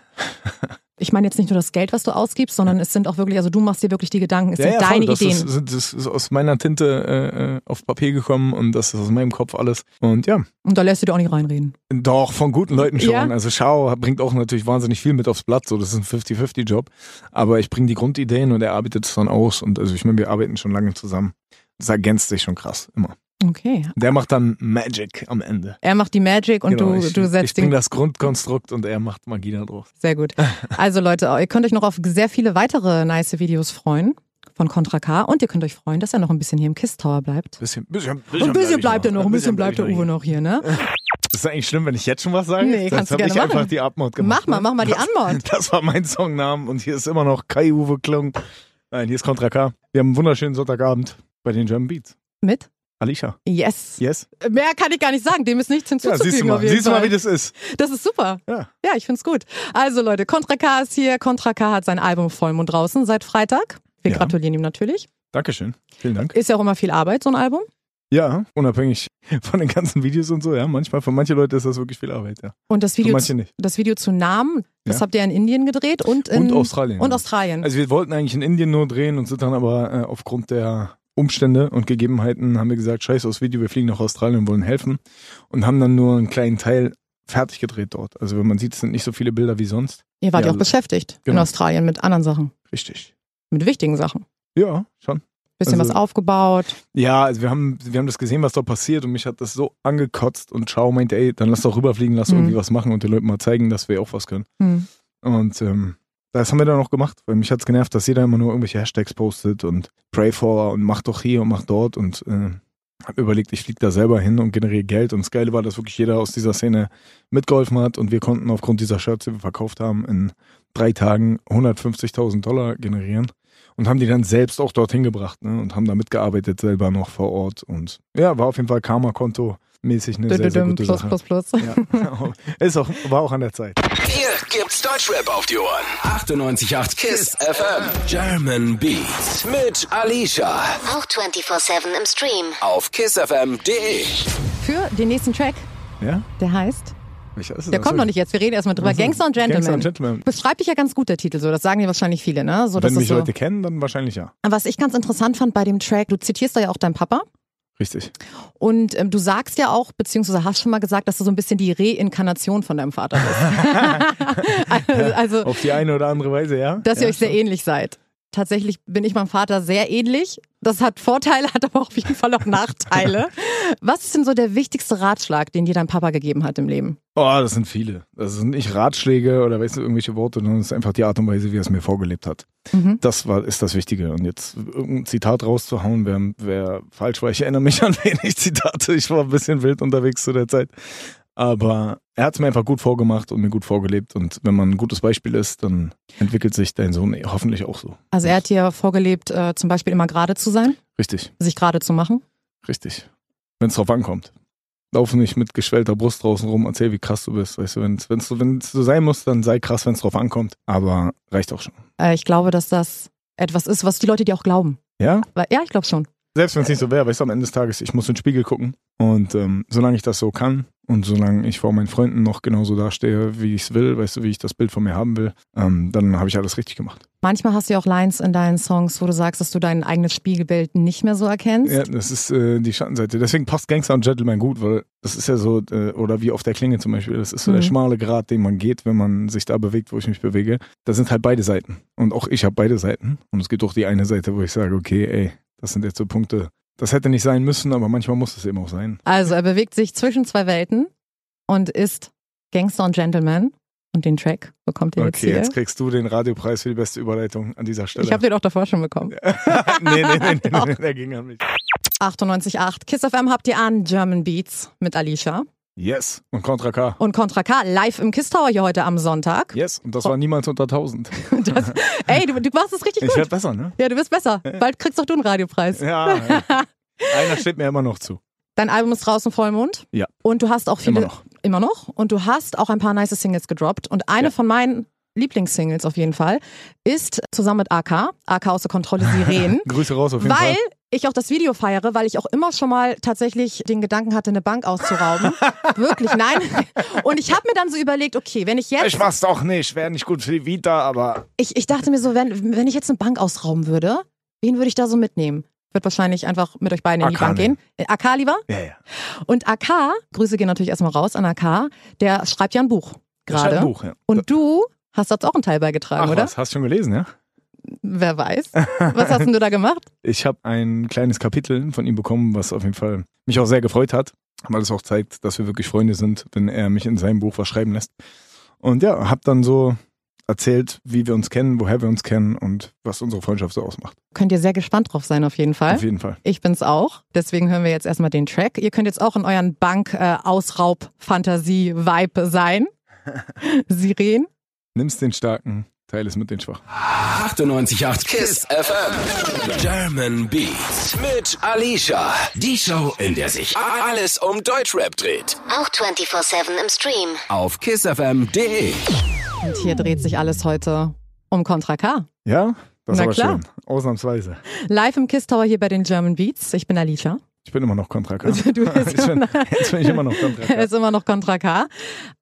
[SPEAKER 3] Ich meine jetzt nicht nur das Geld, was du ausgibst, sondern es sind auch wirklich, also du machst dir wirklich die Gedanken, es sind
[SPEAKER 4] voll,
[SPEAKER 3] deine
[SPEAKER 4] das
[SPEAKER 3] Ideen.
[SPEAKER 4] Ist, sind- das ist aus meiner Tinte äh, auf Papier gekommen und das ist aus meinem Kopf alles. Und ja,
[SPEAKER 3] und da lässt du dir auch nicht reinreden.
[SPEAKER 4] doch, von guten Leuten schon.
[SPEAKER 3] Ja.
[SPEAKER 4] Also Schau bringt auch natürlich wahnsinnig viel mit aufs Blatt. So, das ist ein 50-50-Job. Aber ich bringe die Grundideen und er arbeitet es dann aus. Und also ich meine, wir arbeiten schon lange zusammen. Das ergänzt sich schon krass, immer.
[SPEAKER 3] Okay.
[SPEAKER 4] Der macht dann Magic am Ende.
[SPEAKER 3] Er macht die Magic und
[SPEAKER 4] Genau,
[SPEAKER 3] du,
[SPEAKER 4] ich,
[SPEAKER 3] du
[SPEAKER 4] ich
[SPEAKER 3] setzt
[SPEAKER 4] bring
[SPEAKER 3] den.
[SPEAKER 4] das Grundkonstrukt und er macht Magie da drauf.
[SPEAKER 3] Sehr gut. Also Leute, ihr könnt euch noch auf sehr viele weitere nice Videos freuen von Contra K und ihr könnt euch freuen, dass er noch ein bisschen hier im Kiss Tower bleibt.
[SPEAKER 4] Bisschen, bisschen,
[SPEAKER 3] Und ein bisschen bleibt er noch, ein bisschen bleibt der
[SPEAKER 4] bleib ich
[SPEAKER 3] Uwe noch hier, ne?
[SPEAKER 4] Ist das eigentlich schlimm, wenn ich jetzt schon was sage?
[SPEAKER 3] Nee, kannst
[SPEAKER 4] Sonst
[SPEAKER 3] du
[SPEAKER 4] hab
[SPEAKER 3] gerne
[SPEAKER 4] ich
[SPEAKER 3] machen.
[SPEAKER 4] einfach die Abmord gemacht. ne?
[SPEAKER 3] Mach mal, mach mal die Anmord.
[SPEAKER 4] Das war mein Songnamen und hier ist immer noch Kai-Uwe Klung. Nein, hier ist Contra K. Wir haben einen wunderschönen Sonntagabend bei den German Beats.
[SPEAKER 3] Mit?
[SPEAKER 4] Alicia,
[SPEAKER 3] Yes.
[SPEAKER 4] yes?
[SPEAKER 3] Mehr kann ich gar nicht sagen, dem ist nichts
[SPEAKER 4] Ja,
[SPEAKER 3] hinzuzufügen.
[SPEAKER 4] siehst du mal,
[SPEAKER 3] auf jeden
[SPEAKER 4] siehst du mal,
[SPEAKER 3] Fall.
[SPEAKER 4] wie das ist.
[SPEAKER 3] Das ist super.
[SPEAKER 4] Ja.
[SPEAKER 3] Ja, ich find's gut. Also Leute, Contra K ist hier. Contra K hat sein Album Vollmond draußen seit Freitag. Wir
[SPEAKER 4] Ja.
[SPEAKER 3] gratulieren ihm natürlich.
[SPEAKER 4] Dankeschön. Vielen Dank.
[SPEAKER 3] Ist ja auch immer viel Arbeit, so ein Album.
[SPEAKER 4] Ja, unabhängig von den ganzen Videos und so, ja. Manchmal, für manche Leute ist das wirklich viel Arbeit, ja.
[SPEAKER 3] Und das
[SPEAKER 4] Für
[SPEAKER 3] Video,
[SPEAKER 4] manche nicht.
[SPEAKER 3] das Video zu Namen, das
[SPEAKER 4] Ja.
[SPEAKER 3] habt ihr in Indien gedreht und in
[SPEAKER 4] Und Australien,
[SPEAKER 3] Und
[SPEAKER 4] ja.
[SPEAKER 3] Australien.
[SPEAKER 4] Also wir wollten eigentlich in Indien nur drehen und sind dann aber äh, aufgrund der Umstände und Gegebenheiten haben wir gesagt, scheiß aufs Video, wir fliegen nach Australien und wollen helfen und haben dann nur einen kleinen Teil fertig gedreht dort. Also wenn man sieht, es sind nicht so viele Bilder wie sonst.
[SPEAKER 3] ihr wart ja
[SPEAKER 4] ja,
[SPEAKER 3] auch beschäftigt in
[SPEAKER 4] genau.
[SPEAKER 3] Australien mit anderen Sachen,
[SPEAKER 4] Richtig.
[SPEAKER 3] mit wichtigen Sachen.
[SPEAKER 4] Ja, schon.
[SPEAKER 3] Bisschen
[SPEAKER 4] Also-
[SPEAKER 3] was aufgebaut.
[SPEAKER 4] Ja, also wir haben, wir haben das gesehen, was da passiert und mich hat das so angekotzt und Ciao meinte, ey, dann lass doch rüberfliegen, lass
[SPEAKER 3] Mhm.
[SPEAKER 4] irgendwie was machen und den Leuten mal zeigen, dass wir auch was können.
[SPEAKER 3] Hm.
[SPEAKER 4] Und ähm, das haben wir dann auch gemacht, weil mich hat's genervt, dass jeder immer nur irgendwelche Hashtags postet und pray for und mach doch hier und mach dort und äh, hab mir überlegt, ich flieg da selber hin und generiere Geld. Und das Geile war, dass wirklich jeder aus dieser Szene mitgeholfen hat und wir konnten aufgrund dieser Shirts, die wir verkauft haben, in drei Tagen 150.000 Dollar generieren und haben die dann selbst auch dorthin gebracht ne? und haben da mitgearbeitet selber noch vor Ort und ja, war auf jeden Fall Karma-Konto mäßig eine sehr, sehr
[SPEAKER 3] Dü-dü-düm,
[SPEAKER 4] gute
[SPEAKER 3] Plus,
[SPEAKER 4] Sache.
[SPEAKER 3] plus, plus.
[SPEAKER 4] Ja, ist auch, war auch an der Zeit.
[SPEAKER 1] Hier gibt's Deutschrap auf die Ohren. 98.8 KISS FM. German Beats. Mit Alicia.
[SPEAKER 2] Auch 24-7 im Stream.
[SPEAKER 1] Auf kissfm.de.
[SPEAKER 3] Für den nächsten Track,
[SPEAKER 4] Ja?
[SPEAKER 3] der heißt,
[SPEAKER 4] Welcher ist
[SPEAKER 3] der
[SPEAKER 4] das?
[SPEAKER 3] kommt noch nicht jetzt, wir reden erstmal drüber.
[SPEAKER 4] Also,
[SPEAKER 3] Gangster und Gentleman.
[SPEAKER 4] Gangster und Gentleman.
[SPEAKER 3] Beschreibt dich ja ganz gut der Titel so, das sagen dir wahrscheinlich viele, ne? So, das
[SPEAKER 4] Wenn
[SPEAKER 3] ist
[SPEAKER 4] mich
[SPEAKER 3] so.
[SPEAKER 4] Leute kennen, dann wahrscheinlich ja.
[SPEAKER 3] Was ich ganz interessant fand bei dem Track, du zitierst da ja auch deinen Papa.
[SPEAKER 4] Richtig.
[SPEAKER 3] Und ähm, du sagst ja auch, beziehungsweise hast schon mal gesagt, dass du so ein bisschen die Reinkarnation von deinem Vater bist. also,
[SPEAKER 4] Auf die eine oder andere Weise, ja.
[SPEAKER 3] dass ihr
[SPEAKER 4] ja,
[SPEAKER 3] euch sehr ähnlich seid. Tatsächlich bin ich meinem Vater sehr ähnlich. Das hat Vorteile, hat aber auf jeden Fall auch Nachteile. Was ist denn so der wichtigste Ratschlag, den dir dein Papa gegeben hat im Leben?
[SPEAKER 4] Oh, das sind viele. Das sind nicht Ratschläge oder weißt du, irgendwelche Worte, sondern es ist einfach die Art und Weise, wie er es mir vorgelebt hat.
[SPEAKER 3] Mhm.
[SPEAKER 4] Das war, ist das Wichtige. Und jetzt irgendein Zitat rauszuhauen, wäre wär falsch, weil ich erinnere mich an wenig Zitate. Ich war ein bisschen wild unterwegs zu der Zeit. Aber er hat es mir einfach gut vorgemacht und mir gut vorgelebt. Und wenn man ein gutes Beispiel ist, dann entwickelt sich dein Sohn eh hoffentlich auch so.
[SPEAKER 3] Also er hat dir vorgelebt, äh, zum Beispiel immer gerade zu sein,
[SPEAKER 4] Richtig,
[SPEAKER 3] sich gerade zu machen.
[SPEAKER 4] richtig. Wenn es drauf ankommt. Lauf nicht mit geschwellter Brust draußen rum, erzähl, wie krass du bist. Weißt du, wenn es wenn's, wenn's so sein muss, dann sei krass, wenn es drauf ankommt. Aber reicht auch schon.
[SPEAKER 3] Äh, ich glaube, dass das etwas ist, was die Leute dir auch glauben.
[SPEAKER 4] Ja?
[SPEAKER 3] Weil, ja, ich glaube schon.
[SPEAKER 4] Selbst wenn es nicht so wäre, weißt du, am Ende des Tages, ich muss in den Spiegel gucken. Und ähm, solange ich das so kann und solange ich vor meinen Freunden noch genauso dastehe, wie ich es will, weißt du, wie ich das Bild von mir haben will, ähm, dann habe ich alles richtig gemacht.
[SPEAKER 3] Manchmal hast du ja auch Lines in deinen Songs, wo du sagst, dass du dein eigenes Spiegelbild nicht mehr so erkennst.
[SPEAKER 4] Ja, das ist äh, die Schattenseite. Deswegen passt Gangster und Gentleman gut, weil das ist ja so, äh, oder wie auf der Klinge zum Beispiel, das ist so
[SPEAKER 3] Mhm.
[SPEAKER 4] der schmale Grat, den man geht, wenn man sich da bewegt, wo ich mich bewege. Da sind halt beide Seiten. Und auch ich habe beide Seiten. Und es gibt auch die eine Seite, wo ich sage, okay, ey, das sind jetzt so Punkte. Das hätte nicht sein müssen, aber manchmal muss es eben auch sein.
[SPEAKER 3] Also er bewegt sich zwischen zwei Welten und ist Gangster und Gentleman. Und den Track bekommt ihr jetzt
[SPEAKER 4] Okay,
[SPEAKER 3] hier.
[SPEAKER 4] jetzt kriegst du den Radiopreis für die beste Überleitung an dieser Stelle.
[SPEAKER 3] ich habe den Genau. auch davor schon bekommen.
[SPEAKER 4] nee, nee, nee, nee, nee, nee, der ging an mich.
[SPEAKER 3] 98.8 Kiss FM habt ihr an German Beats mit Alicia
[SPEAKER 4] Yes. Und Contra K.
[SPEAKER 3] und Contra K live im Kiss Tower hier heute am Sonntag.
[SPEAKER 4] Yes. Und das war niemals unter 1000.
[SPEAKER 3] Das, ey, du, du machst es richtig
[SPEAKER 4] Ich werd
[SPEAKER 3] gut.
[SPEAKER 4] besser, ne?
[SPEAKER 3] Ja, du bist besser. Bald kriegst auch du einen Radiopreis.
[SPEAKER 4] Ja. ja. Einer steht mir immer noch zu.
[SPEAKER 3] Dein Album ist draußen Vollmond.
[SPEAKER 4] Ja.
[SPEAKER 3] Und du hast auch viele
[SPEAKER 4] Immer noch.
[SPEAKER 3] immer noch. Und du hast auch ein paar nice Singles gedroppt. Und eine
[SPEAKER 4] Ja.
[SPEAKER 3] von meinen Lieblingssingles auf jeden Fall ist zusammen mit AK, AK außer Kontrolle Sirenen.
[SPEAKER 4] Grüße raus auf jeden
[SPEAKER 3] weil
[SPEAKER 4] Fall.
[SPEAKER 3] ich auch das Video feiere, weil ich auch immer schon mal tatsächlich den Gedanken hatte, eine Bank auszurauben. Wirklich, nein. Und ich habe mir dann so überlegt, okay, wenn ich jetzt,
[SPEAKER 4] Ich mach's doch nicht, wäre nicht gut für die Vita, aber
[SPEAKER 3] ich, ich dachte mir so, wenn, wenn ich jetzt eine Bank ausrauben würde, wen würde ich da so mitnehmen? Wird wahrscheinlich einfach mit euch beiden in die
[SPEAKER 4] AK
[SPEAKER 3] Bank gehen. Äh, AK lieber?
[SPEAKER 4] ja, ja.
[SPEAKER 3] Und AK, Grüße gehen natürlich erstmal raus an AK, der schreibt ja ein Buch
[SPEAKER 4] Ich schreib
[SPEAKER 3] gerade.
[SPEAKER 4] halt ein Buch, ja.
[SPEAKER 3] Und du hast dazu auch einen Teil beigetragen,
[SPEAKER 4] Ach,
[SPEAKER 3] oder?
[SPEAKER 4] was, hast du schon gelesen, ja?
[SPEAKER 3] Wer weiß. Was hast denn du da gemacht?
[SPEAKER 4] Ich habe ein kleines Kapitel von ihm bekommen, was auf jeden Fall mich auch sehr gefreut hat, weil es auch zeigt, dass wir wirklich Freunde sind, wenn er mich in seinem Buch was schreiben lässt. Und ja, habe dann so erzählt, wie wir uns kennen, woher wir uns kennen und was unsere Freundschaft so ausmacht.
[SPEAKER 3] Könnt ihr sehr gespannt drauf sein, auf jeden Fall.
[SPEAKER 4] Auf jeden Fall.
[SPEAKER 3] Ich bin's auch. Deswegen hören wir jetzt erstmal den Track. Ihr könnt jetzt auch in euren Bank-Ausraub-Fantasie-Vibe sein. Siren.
[SPEAKER 4] Nimmst den Starken, teil es mit den Schwachen.
[SPEAKER 1] 988 Kiss FM. German Beats mit Alicia. Die Show, in der sich a- alles um Deutschrap dreht.
[SPEAKER 2] Auch 24-7 im Stream.
[SPEAKER 1] Auf kissfm.de.
[SPEAKER 3] Und hier dreht sich alles heute um Contra K.
[SPEAKER 4] Ja, das ist
[SPEAKER 3] Na
[SPEAKER 4] aber
[SPEAKER 3] klar.
[SPEAKER 4] schön. Ausnahmsweise.
[SPEAKER 3] Live im Kiss Tower hier bei den German Beats. Ich bin Alicia.
[SPEAKER 4] Ich bin immer noch Kontra K.
[SPEAKER 3] Also du bist
[SPEAKER 4] jetzt, bin,
[SPEAKER 3] immer-
[SPEAKER 4] jetzt bin ich immer noch Kontra
[SPEAKER 3] Er
[SPEAKER 4] K.
[SPEAKER 3] ist immer noch Contra K.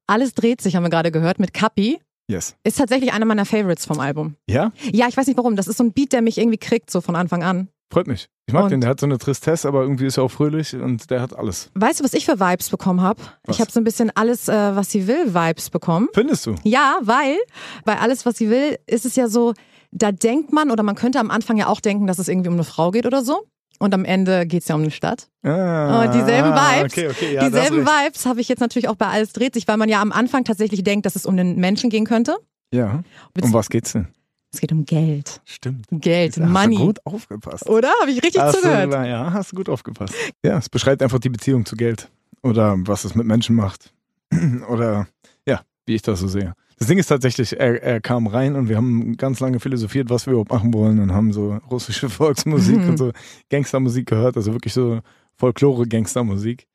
[SPEAKER 3] Alles dreht sich, haben wir gerade gehört, mit Kapi.
[SPEAKER 4] Yes.
[SPEAKER 3] Ist tatsächlich einer meiner Favorites vom Album.
[SPEAKER 4] Ja,
[SPEAKER 3] Ja, ich weiß nicht warum. Das ist so ein Beat, der mich irgendwie kriegt, so von Anfang an.
[SPEAKER 4] freut mich. Ich mag
[SPEAKER 3] Und-
[SPEAKER 4] den. Der hat so eine Tristesse, aber irgendwie ist er auch fröhlich und der hat alles.
[SPEAKER 3] Weißt du, was ich für Vibes bekommen habe?
[SPEAKER 4] Was?
[SPEAKER 3] Ich habe so ein bisschen alles, äh, was sie will, Vibes bekommen.
[SPEAKER 4] Findest du?
[SPEAKER 3] Ja, weil bei alles, was sie will, ist es ja so, da denkt man oder man könnte am Anfang ja auch denken, dass es irgendwie um eine Frau geht oder so. Und am Ende geht's ja um eine Stadt.
[SPEAKER 4] Ah,
[SPEAKER 3] Oh, dieselben Vibes.
[SPEAKER 4] Okay, okay, ja, da hast
[SPEAKER 3] Dieselben
[SPEAKER 4] recht.
[SPEAKER 3] Vibes habe ich jetzt natürlich auch bei Alles dreht sich, weil man ja am Anfang tatsächlich denkt, dass es um den Menschen gehen könnte.
[SPEAKER 4] Ja. Um was geht's denn?
[SPEAKER 3] Es geht um Geld.
[SPEAKER 4] Stimmt.
[SPEAKER 3] Geld,
[SPEAKER 4] Hast du
[SPEAKER 3] Money.
[SPEAKER 4] gut genau. aufgepasst.
[SPEAKER 3] Oder? Habe ich richtig
[SPEAKER 4] Hast du,
[SPEAKER 3] zugehört?
[SPEAKER 4] ja, hast du gut aufgepasst. Ja, es beschreibt einfach die Beziehung zu Geld oder was es mit Menschen macht oder ja, wie ich das so sehe. Das Ding ist tatsächlich, er, er kam rein und wir haben ganz lange philosophiert, was wir überhaupt machen wollen und haben so russische Volksmusik
[SPEAKER 3] Mhm.
[SPEAKER 4] und so Gangstermusik gehört, also wirklich so Folklore-Gangstermusik.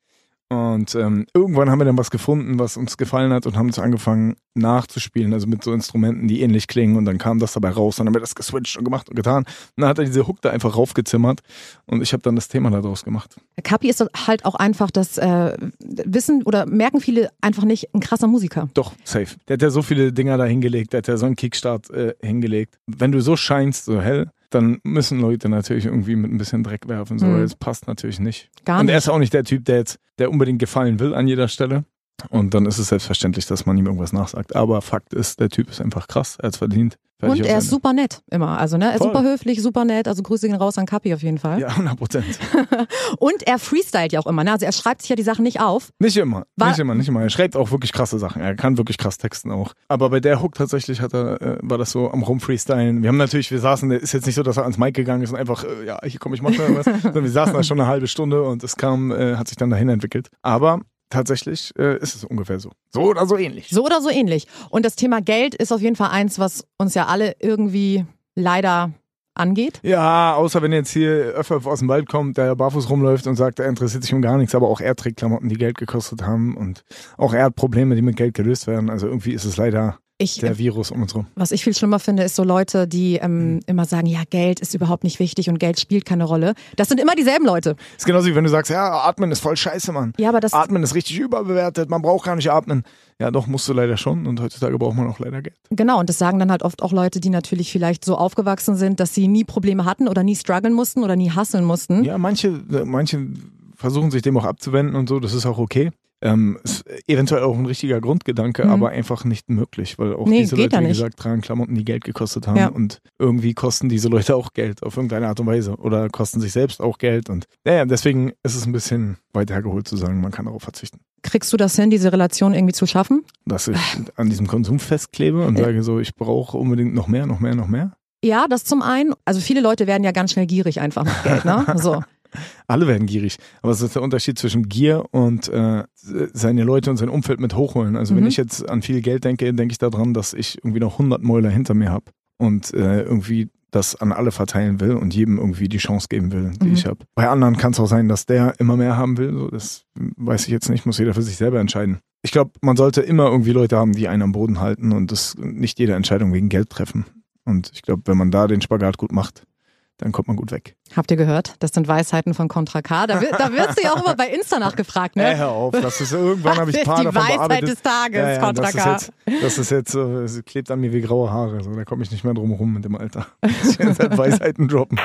[SPEAKER 4] Und ähm, irgendwann haben wir dann was gefunden, was uns gefallen hat und haben es angefangen nachzuspielen, also mit so Instrumenten, die ähnlich klingen. Und dann kam das dabei raus, dann haben wir das geswitcht und gemacht und getan. Und dann hat er diese Hook da einfach raufgezimmert und ich habe dann das Thema daraus gemacht.
[SPEAKER 3] Kapi ist halt auch einfach das äh, Wissen oder merken viele einfach nicht, ein krasser Musiker.
[SPEAKER 4] Doch, safe. Der hat ja so viele Dinger da hingelegt, der hat ja so einen Kickstart äh, hingelegt. Wenn du so scheinst, so hell, dann müssen Leute natürlich irgendwie mit ein bisschen Dreck werfen, so,
[SPEAKER 3] Mhm.
[SPEAKER 4] weil es passt natürlich nicht.
[SPEAKER 3] Gar
[SPEAKER 4] und er
[SPEAKER 3] nicht.
[SPEAKER 4] ist auch nicht der Typ, der jetzt, der unbedingt gefallen will an jeder Stelle. Und dann ist es selbstverständlich, dass man ihm irgendwas nachsagt. Aber Fakt ist, der Typ ist einfach krass, er hat verdient. Fertig
[SPEAKER 3] Und
[SPEAKER 4] aus
[SPEAKER 3] er ist
[SPEAKER 4] Ende.
[SPEAKER 3] super nett immer. Also, ne? Er ist
[SPEAKER 4] Voll.
[SPEAKER 3] super höflich, super nett. Also Grüße gehen raus an Kapi auf jeden Fall.
[SPEAKER 4] Ja, 100 Prozent.
[SPEAKER 3] Und er freestylt ja auch immer. Ne? Also er schreibt sich ja die Sachen nicht auf.
[SPEAKER 4] Nicht immer.
[SPEAKER 3] War-
[SPEAKER 4] nicht immer, nicht immer. Er schreibt auch wirklich krasse Sachen. Er kann wirklich krass texten auch. Aber bei der Hook tatsächlich hat er, äh, war das so am Rumfreestylen. Wir haben natürlich, wir saßen, ist jetzt nicht so, dass er ans Mike gegangen ist und einfach, äh, ja, hier komm, ich mach mal irgendwas. Sondern wir saßen da schon eine halbe Stunde und es kam, äh, hat sich dann dahin entwickelt. Aber tatsächlich äh, ist es ungefähr so. So oder so ähnlich.
[SPEAKER 3] So oder so ähnlich. Und das Thema Geld ist auf jeden Fall eins, was uns ja alle irgendwie leider angeht.
[SPEAKER 4] Ja, außer wenn jetzt hier Öffel aus dem Wald kommt, der barfuß rumläuft und sagt, er interessiert sich um gar nichts, aber auch er trägt Klamotten, die Geld gekostet haben und auch er hat Probleme, die mit Geld gelöst werden. Also irgendwie ist es leider
[SPEAKER 3] Ich,
[SPEAKER 4] der Virus um uns rum.
[SPEAKER 3] was ich viel schlimmer finde, ist so Leute, die
[SPEAKER 4] Mhm.
[SPEAKER 3] ähm, immer sagen, ja, Geld ist überhaupt nicht wichtig und Geld spielt keine Rolle. Das sind immer dieselben Leute.
[SPEAKER 4] Ist genauso wie wenn du sagst, ja, atmen ist voll scheiße, Mann.
[SPEAKER 3] Ja, aber das,
[SPEAKER 4] Atmen ist richtig überbewertet, man braucht gar nicht atmen. Ja, doch, musst du leider schon und heutzutage braucht man auch leider Geld.
[SPEAKER 3] Genau, und das sagen dann halt oft auch Leute, die natürlich vielleicht so aufgewachsen sind, dass sie nie Probleme hatten oder nie strugglen mussten oder nie hasseln mussten.
[SPEAKER 4] Ja, manche, manche versuchen sich dem auch abzuwenden und so, das ist auch okay. Ähm, ist eventuell auch ein richtiger Grundgedanke,
[SPEAKER 3] Mhm.
[SPEAKER 4] aber einfach nicht möglich, weil auch
[SPEAKER 3] Nee,
[SPEAKER 4] diese
[SPEAKER 3] geht
[SPEAKER 4] Leute,
[SPEAKER 3] ja
[SPEAKER 4] wie
[SPEAKER 3] nicht.
[SPEAKER 4] gesagt, tragen Klamotten, die Geld gekostet haben
[SPEAKER 3] Ja.
[SPEAKER 4] und irgendwie kosten diese Leute auch Geld auf irgendeine Art und Weise oder kosten sich selbst auch Geld und naja, deswegen ist es ein bisschen weit hergeholt zu sagen, man kann darauf verzichten.
[SPEAKER 3] Kriegst du das hin, diese Relation irgendwie zu schaffen?
[SPEAKER 4] dass ich an diesem Konsum festklebe und
[SPEAKER 3] Ja.
[SPEAKER 4] sage so, ich brauche unbedingt noch mehr, noch mehr, noch mehr.
[SPEAKER 3] Ja, das zum einen. Also viele Leute werden ja ganz schnell gierig einfach mit Geld, ne? So.
[SPEAKER 4] Alle werden gierig. Aber es ist der Unterschied zwischen Gier und äh, seine Leute und sein Umfeld mit hochholen. Also wenn
[SPEAKER 3] Mhm.
[SPEAKER 4] ich jetzt an viel Geld denke, denke ich daran, dass ich irgendwie noch 100 Mäuler hinter mir habe und äh, irgendwie das an alle verteilen will und jedem irgendwie die Chance geben will, die
[SPEAKER 3] Mhm.
[SPEAKER 4] ich habe. Bei anderen kann es auch sein, dass der immer mehr haben will. So, das weiß ich jetzt nicht, muss jeder für sich selber entscheiden. Ich glaube, man sollte immer irgendwie Leute haben, die einen am Boden halten und das nicht jede Entscheidung wegen Geld treffen. Und ich glaube, wenn man da den Spagat gut macht, dann kommt man gut weg.
[SPEAKER 3] Habt ihr gehört? Das sind Weisheiten von Contra K. Da, wi- da wirst du ja auch immer bei Insta nachgefragt, ne?
[SPEAKER 4] Ey, Äh, hör auf, das ist irgendwann habe ich ein paar
[SPEAKER 3] Die
[SPEAKER 4] davon
[SPEAKER 3] Weisheit
[SPEAKER 4] bearbeitet.
[SPEAKER 3] des Tages,
[SPEAKER 4] Ja, ja,
[SPEAKER 3] Contra
[SPEAKER 4] das, ist
[SPEAKER 3] K.
[SPEAKER 4] jetzt, das ist jetzt, so, es klebt an mir wie graue Haare, so, da komme ich nicht mehr drum rum mit dem Alter. Ich kann jetzt halt Weisheiten droppen.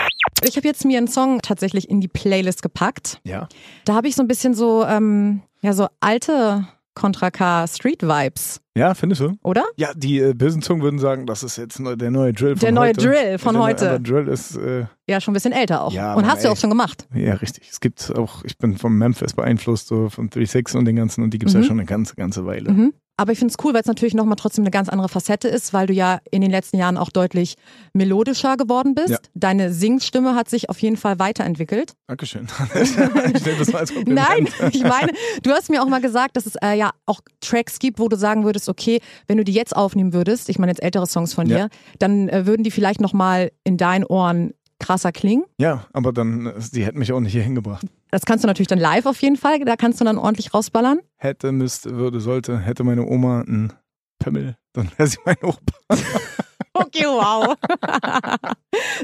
[SPEAKER 3] Ich habe jetzt mir einen Song tatsächlich in die Playlist gepackt.
[SPEAKER 4] Ja.
[SPEAKER 3] Da habe ich so ein bisschen so, ähm, ja, so alte Contra K Street Vibes,
[SPEAKER 4] Ja, findest du?
[SPEAKER 3] oder?
[SPEAKER 4] Ja, die äh, bösen Zungen würden sagen, das ist jetzt neu, der neue Drill von
[SPEAKER 3] Der neue
[SPEAKER 4] heute.
[SPEAKER 3] Drill von
[SPEAKER 4] der neue-
[SPEAKER 3] heute.
[SPEAKER 4] Aber Drill ist, äh,
[SPEAKER 3] Ja, schon ein bisschen älter auch.
[SPEAKER 4] Ja,
[SPEAKER 3] und
[SPEAKER 4] Mann,
[SPEAKER 3] hast du
[SPEAKER 4] ey.
[SPEAKER 3] auch schon gemacht.
[SPEAKER 4] ja richtig. Es gibt auch, ich bin von Memphis beeinflusst, so von 36 und den ganzen, und die gibt es
[SPEAKER 3] Mhm.
[SPEAKER 4] ja schon eine ganze, ganze Weile.
[SPEAKER 3] Mhm. Aber ich finde es cool, weil es natürlich nochmal trotzdem eine ganz andere Facette ist, weil du ja in den letzten Jahren auch deutlich melodischer geworden bist.
[SPEAKER 4] Ja.
[SPEAKER 3] Deine Singstimme hat sich auf jeden Fall weiterentwickelt.
[SPEAKER 4] Dankeschön. ich nehme das mal als Kompliment.
[SPEAKER 3] Nein, ich meine, du hast mir auch mal gesagt, dass es äh, ja auch Tracks gibt, wo du sagen würdest, okay, wenn du die jetzt aufnehmen würdest, ich meine jetzt ältere Songs von
[SPEAKER 4] Ja.
[SPEAKER 3] dir, dann äh, würden die vielleicht nochmal in deinen Ohren krasser klingen.
[SPEAKER 4] Ja, aber dann, äh, die hätten mich auch nicht hier hingebracht.
[SPEAKER 3] Das kannst du natürlich dann live auf jeden Fall, da kannst du dann ordentlich rausballern.
[SPEAKER 4] Hätte, müsste, würde, sollte, hätte meine Oma einen Pimmel, dann wäre sie mein Opa.
[SPEAKER 3] Okay, wow.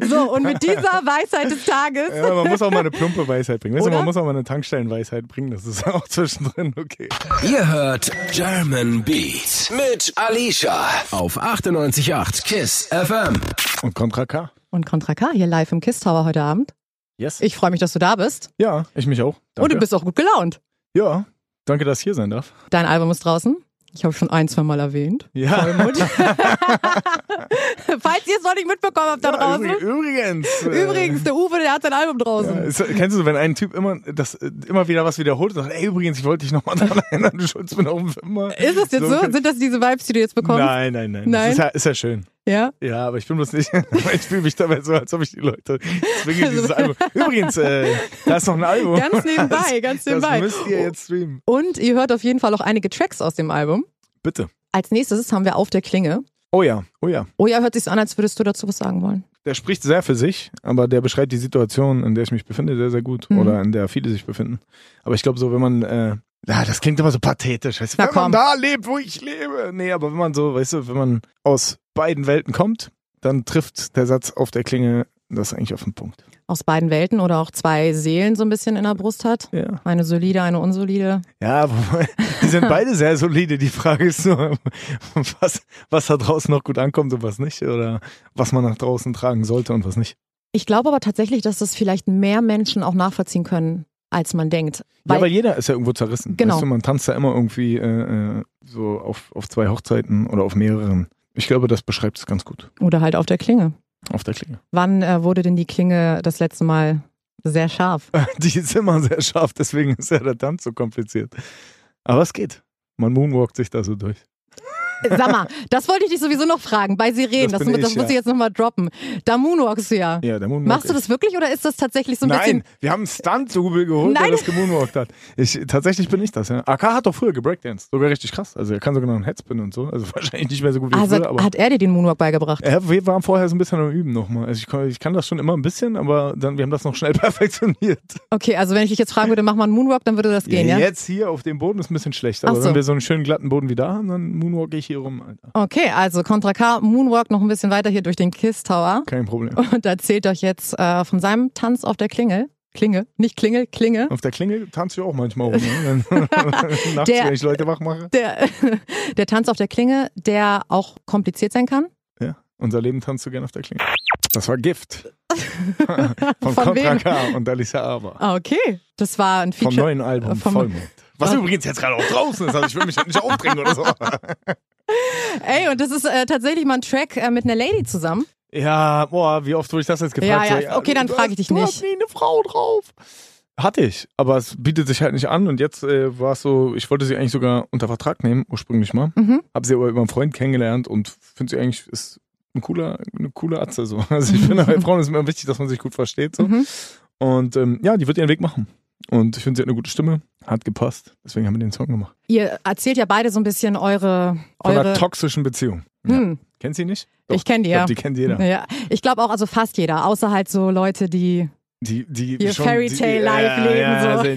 [SPEAKER 3] so, und mit dieser Weisheit des Tages
[SPEAKER 4] Ja, man muss auch mal eine plumpe Weisheit bringen. Weißt du,
[SPEAKER 3] Oder?
[SPEAKER 4] man muss auch mal eine Tankstellenweisheit bringen. Das ist auch zwischendrin okay.
[SPEAKER 1] Ihr hört German Beat mit Alicia auf 98.8 KISS FM.
[SPEAKER 4] Und Contra K.
[SPEAKER 3] und Contra K hier live im Kiss Tower heute Abend.
[SPEAKER 4] Yes.
[SPEAKER 3] Ich freue mich, dass du da bist.
[SPEAKER 4] ja, ich mich auch. Danke.
[SPEAKER 3] Und du bist auch gut gelaunt.
[SPEAKER 4] Ja, danke, dass ich hier sein darf.
[SPEAKER 3] Dein Album ist draußen. Ich habe schon ein, zwei Mal erwähnt.
[SPEAKER 4] Ja.
[SPEAKER 3] Falls ihr es noch nicht mitbekommen habt da
[SPEAKER 4] Ja,
[SPEAKER 3] draußen.
[SPEAKER 4] übrig- Übrigens. äh,
[SPEAKER 3] Übrigens, der Uwe, der hat sein Album
[SPEAKER 4] Ja,
[SPEAKER 3] draußen.
[SPEAKER 4] ist, kennst du, wenn ein Typ immer, das, äh, immer wieder was wiederholt und sagt, ey, übrigens, ich wollte dich nochmal daran erinnern, du schulst mir noch immer.
[SPEAKER 3] Ist es jetzt so? Sind das diese Vibes, die du jetzt bekommst?
[SPEAKER 4] Nein, nein, nein.
[SPEAKER 3] Nein?
[SPEAKER 4] Das ist, ja, ist ja schön.
[SPEAKER 3] Ja?
[SPEAKER 4] Ja, aber ich bin bloß nicht. ich fühle mich dabei so, als ob ich die Leute zwinge, dieses Album. Übrigens, äh, da ist noch ein Album.
[SPEAKER 3] Also, Ganz nebenbei, ganz nebenbei. Oh.
[SPEAKER 4] Das müsst ihr jetzt streamen.
[SPEAKER 3] Und ihr hört auf jeden Fall auch einige Tracks aus dem Album.
[SPEAKER 4] Bitte.
[SPEAKER 3] Als nächstes haben wir Auf der Klinge.
[SPEAKER 4] Oh ja, oh ja.
[SPEAKER 3] Oh ja, hört sich an, als würdest du dazu was sagen wollen.
[SPEAKER 4] Der spricht sehr für sich, aber der beschreibt die Situation, in der ich mich befinde, sehr, sehr gut.
[SPEAKER 3] Mhm.
[SPEAKER 4] Oder in der viele sich befinden. Aber ich glaube, so, wenn man. Äh, ja, das klingt immer so pathetisch. Weißt du,
[SPEAKER 3] Na
[SPEAKER 4] wenn
[SPEAKER 3] komm.
[SPEAKER 4] man da lebt, wo ich lebe. Nee, aber wenn man so, weißt du, wenn man aus beiden Welten kommt, dann trifft der Satz auf der Klinge das eigentlich auf den Punkt.
[SPEAKER 3] Aus beiden Welten oder auch zwei Seelen so ein bisschen in der Brust hat.
[SPEAKER 4] Ja.
[SPEAKER 3] Eine solide, eine unsolide.
[SPEAKER 4] Ja, wobei, die sind beide sehr solide. Die Frage ist nur, was, was da draußen noch gut ankommt und was nicht. Oder was man nach draußen tragen sollte und was nicht.
[SPEAKER 3] Ich glaube aber tatsächlich, dass das vielleicht mehr Menschen auch nachvollziehen können, als man denkt.
[SPEAKER 4] ja, weil jeder ist ja irgendwo zerrissen.
[SPEAKER 3] Genau.
[SPEAKER 4] Weißt du, man tanzt ja immer irgendwie äh, äh, so auf, auf zwei Hochzeiten oder auf mehreren. Ich glaube, das beschreibt es ganz gut
[SPEAKER 3] oder halt auf der Klinge.
[SPEAKER 4] auf der Klinge.
[SPEAKER 3] Wann äh, wurde denn die Klinge das letzte Mal sehr scharf?
[SPEAKER 4] Die ist immer sehr scharf, deswegen ist ja der Tanz so kompliziert. Aber es geht. Man moonwalkt sich da so durch.
[SPEAKER 3] Sag mal, das wollte ich dich sowieso noch fragen, bei Sirenen, das,
[SPEAKER 4] Das
[SPEAKER 3] das,
[SPEAKER 4] bin
[SPEAKER 3] das
[SPEAKER 4] ich,
[SPEAKER 3] muss ich
[SPEAKER 4] ja.
[SPEAKER 3] jetzt nochmal droppen. Da moonwalkst du ja.
[SPEAKER 4] Ja, der Moonwalk
[SPEAKER 3] Machst du
[SPEAKER 4] ist-
[SPEAKER 3] das wirklich oder ist das tatsächlich so ein
[SPEAKER 4] Nein,
[SPEAKER 3] bisschen...
[SPEAKER 4] wir haben einen Stunt-Double geholt,
[SPEAKER 3] Nein.
[SPEAKER 4] der das gemoonwalkt hat. Ich, tatsächlich bin ich das, ja. AK hat doch früher gebreakdanced. Sogar richtig krass. Also er kann sogar noch einen Headspin und so. Also wahrscheinlich nicht mehr so gut wie
[SPEAKER 3] Also
[SPEAKER 4] früher,
[SPEAKER 3] hat,
[SPEAKER 4] aber.
[SPEAKER 3] hat er dir den Moonwalk beigebracht?
[SPEAKER 4] Ja, wir waren vorher so ein bisschen am Üben nochmal. Also ich, kann- ich kann das schon immer ein bisschen, aber dann, wir haben das noch schnell perfektioniert.
[SPEAKER 3] Okay, also wenn ich dich jetzt fragen würde, mach mal einen Moonwalk, dann würde das gehen, ja?
[SPEAKER 4] Jetzt hier auf dem Boden ist ein bisschen schlecht,
[SPEAKER 3] Ach
[SPEAKER 4] aber
[SPEAKER 3] so.
[SPEAKER 4] wenn wir so einen schönen glatten Boden wie da haben, dann moonwalk ich hier rum, Alter.
[SPEAKER 3] Okay, also Contra K, Moonwalk noch ein bisschen weiter hier durch den Kiss Tower.
[SPEAKER 4] Kein Problem.
[SPEAKER 3] Und erzählt euch jetzt äh, von seinem Tanz auf der Klingel. Klinge, nicht Klingel, Klinge.
[SPEAKER 4] Auf der Klingel tanzt ich auch manchmal rum, ne? Wenn- nachts,
[SPEAKER 3] Der-
[SPEAKER 4] wenn ich Leute wach mache.
[SPEAKER 3] Der, der Tanz auf der Klinge, der auch kompliziert sein kann.
[SPEAKER 4] Ja, unser Leben tanzt so gern auf der Klinge. Das war Gift. Von,
[SPEAKER 3] Von
[SPEAKER 4] Contra
[SPEAKER 3] wem?
[SPEAKER 4] K und Alisa Ava.
[SPEAKER 3] Ah, okay. Das war ein
[SPEAKER 4] Vom
[SPEAKER 3] Feature. Äh,
[SPEAKER 4] neuen Album
[SPEAKER 3] vom-
[SPEAKER 4] Vollmond. Was übrigens jetzt gerade auch draußen ist, also ich will mich halt nicht aufdrängen oder so.
[SPEAKER 3] Ey, und das ist äh, tatsächlich mal ein Track äh, mit einer Lady zusammen.
[SPEAKER 4] Ja, boah, wie oft wurde ich das jetzt gefragt?
[SPEAKER 3] Ja, ja,
[SPEAKER 4] So,
[SPEAKER 3] okay, dann
[SPEAKER 4] du-
[SPEAKER 3] frag ich dich
[SPEAKER 4] du
[SPEAKER 3] nicht.
[SPEAKER 4] hast nie eine Frau drauf. Hatte ich, aber es bietet sich halt nicht an und jetzt äh, war es so, ich wollte sie eigentlich sogar unter Vertrag nehmen, ursprünglich mal.
[SPEAKER 3] Mhm.
[SPEAKER 4] Hab sie aber über einen Freund kennengelernt und finde sie eigentlich ist ein cooler, eine coole Atze so. Also ich finde, bei Frauen ist immer wichtig, dass man sich gut versteht so.
[SPEAKER 3] Mhm.
[SPEAKER 4] Und ähm, ja, die wird ihren Weg machen. Und ich finde, sie hat eine gute Stimme, hat gepasst. Deswegen haben wir den Song gemacht.
[SPEAKER 3] Ihr erzählt ja beide so ein bisschen eure.
[SPEAKER 4] Von einer
[SPEAKER 3] eure
[SPEAKER 4] toxischen Beziehung. Ja.
[SPEAKER 3] Hm,
[SPEAKER 4] Kennt sie nicht?
[SPEAKER 3] Ich kenn die,
[SPEAKER 4] glaub,
[SPEAKER 3] ja.
[SPEAKER 4] Die kennt jeder.
[SPEAKER 3] ja. Ich glaube auch, also fast jeder, außer halt so Leute, die.
[SPEAKER 4] Die, die
[SPEAKER 3] Ihr
[SPEAKER 4] schon,
[SPEAKER 3] Fairytale
[SPEAKER 4] die,
[SPEAKER 3] Life
[SPEAKER 4] ja,
[SPEAKER 3] leben,
[SPEAKER 4] ja,
[SPEAKER 3] so.
[SPEAKER 4] Also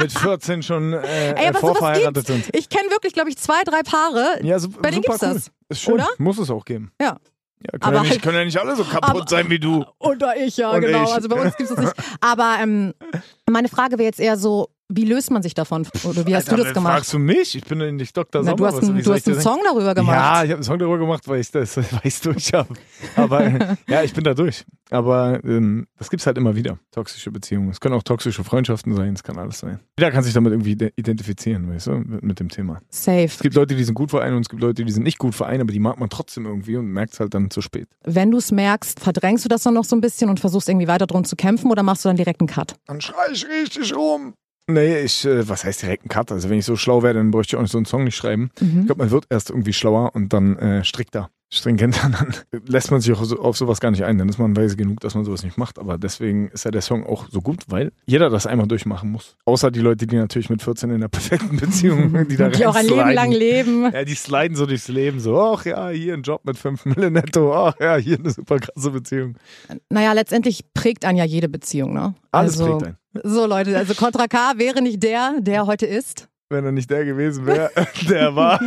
[SPEAKER 4] mit 14 schon äh,
[SPEAKER 3] Ey, aber sowas
[SPEAKER 4] vorverheiratet
[SPEAKER 3] gibt's.
[SPEAKER 4] sind.
[SPEAKER 3] Ich kenne wirklich, glaube ich, zwei, drei Paare.
[SPEAKER 4] Ja, so,
[SPEAKER 3] Bei denen
[SPEAKER 4] super
[SPEAKER 3] gibt's
[SPEAKER 4] cool.
[SPEAKER 3] das.
[SPEAKER 4] Ist schön.
[SPEAKER 3] Oder?
[SPEAKER 4] Muss es auch geben.
[SPEAKER 3] Ja.
[SPEAKER 4] Ja, können,
[SPEAKER 3] Aber
[SPEAKER 4] ja nicht,
[SPEAKER 3] halt-
[SPEAKER 4] können ja nicht alle so kaputt
[SPEAKER 3] aber-
[SPEAKER 4] sein wie du.
[SPEAKER 3] Oder ich, ja,
[SPEAKER 4] Und
[SPEAKER 3] genau.
[SPEAKER 4] ich.
[SPEAKER 3] Also bei uns gibt es das nicht. Aber ähm, meine Frage wäre jetzt eher so: Wie löst man sich davon? Oder wie hast
[SPEAKER 4] Alter,
[SPEAKER 3] du das gemacht?
[SPEAKER 4] Fragst du mich? Ich bin nicht Dr.
[SPEAKER 3] Na,
[SPEAKER 4] Sommer.
[SPEAKER 3] du hast,
[SPEAKER 4] was soll
[SPEAKER 3] einen-
[SPEAKER 4] ich-
[SPEAKER 3] du
[SPEAKER 4] soll
[SPEAKER 3] hast
[SPEAKER 4] ich dir
[SPEAKER 3] einen
[SPEAKER 4] sagen?
[SPEAKER 3] Song darüber
[SPEAKER 4] Ja,
[SPEAKER 3] gemacht.
[SPEAKER 4] ich habe einen Song darüber gemacht, weil ich das weiß durch habe. Aber äh, ja, ich bin da durch. Aber ähm, das gibt's halt immer wieder. Toxische Beziehungen. Es können auch toxische Freundschaften sein, es kann alles sein. Jeder kann sich damit irgendwie ide- identifizieren, weißt du, mit mit dem Thema. Es
[SPEAKER 3] Safe.
[SPEAKER 4] gibt Leute, die sind gut für einen und es gibt Leute, die sind nicht gut für einen, aber die mag man trotzdem irgendwie und merkt's halt dann zu spät.
[SPEAKER 3] Wenn du es merkst, verdrängst du das dann noch so ein bisschen und versuchst irgendwie weiter drum zu kämpfen oder machst du dann direkt einen Cut?
[SPEAKER 4] Dann schrei ich richtig rum. Nee, ich, äh, was heißt direkt ein Cut? Also wenn ich so schlau wäre, dann bräuchte ich auch nicht so einen Song nicht schreiben.
[SPEAKER 3] Mhm.
[SPEAKER 4] Ich glaube, man wird erst irgendwie schlauer und dann äh, strikter, stringenter. Dann lässt man sich auch so, auf sowas gar nicht ein. Dann ist man weise genug, dass man sowas nicht macht. Aber deswegen ist ja der Song auch so gut, weil jeder das einmal durchmachen muss. Außer die Leute, die natürlich mit 14 in der perfekten Beziehung, die da
[SPEAKER 3] Die auch ein Leben
[SPEAKER 4] reinsliden.
[SPEAKER 3] lang leben.
[SPEAKER 4] Ja, die sliden so durchs Leben. So, ach ja, hier ein Job mit 5 Millionen netto. Ach ja, hier eine super krasse Beziehung.
[SPEAKER 3] Naja, letztendlich prägt einen ja jede Beziehung, ne?
[SPEAKER 4] Alles
[SPEAKER 3] also,
[SPEAKER 4] prägt einen.
[SPEAKER 3] So Leute, also Contra K wäre nicht der, der heute ist.
[SPEAKER 4] Wenn er nicht der gewesen wäre, der war.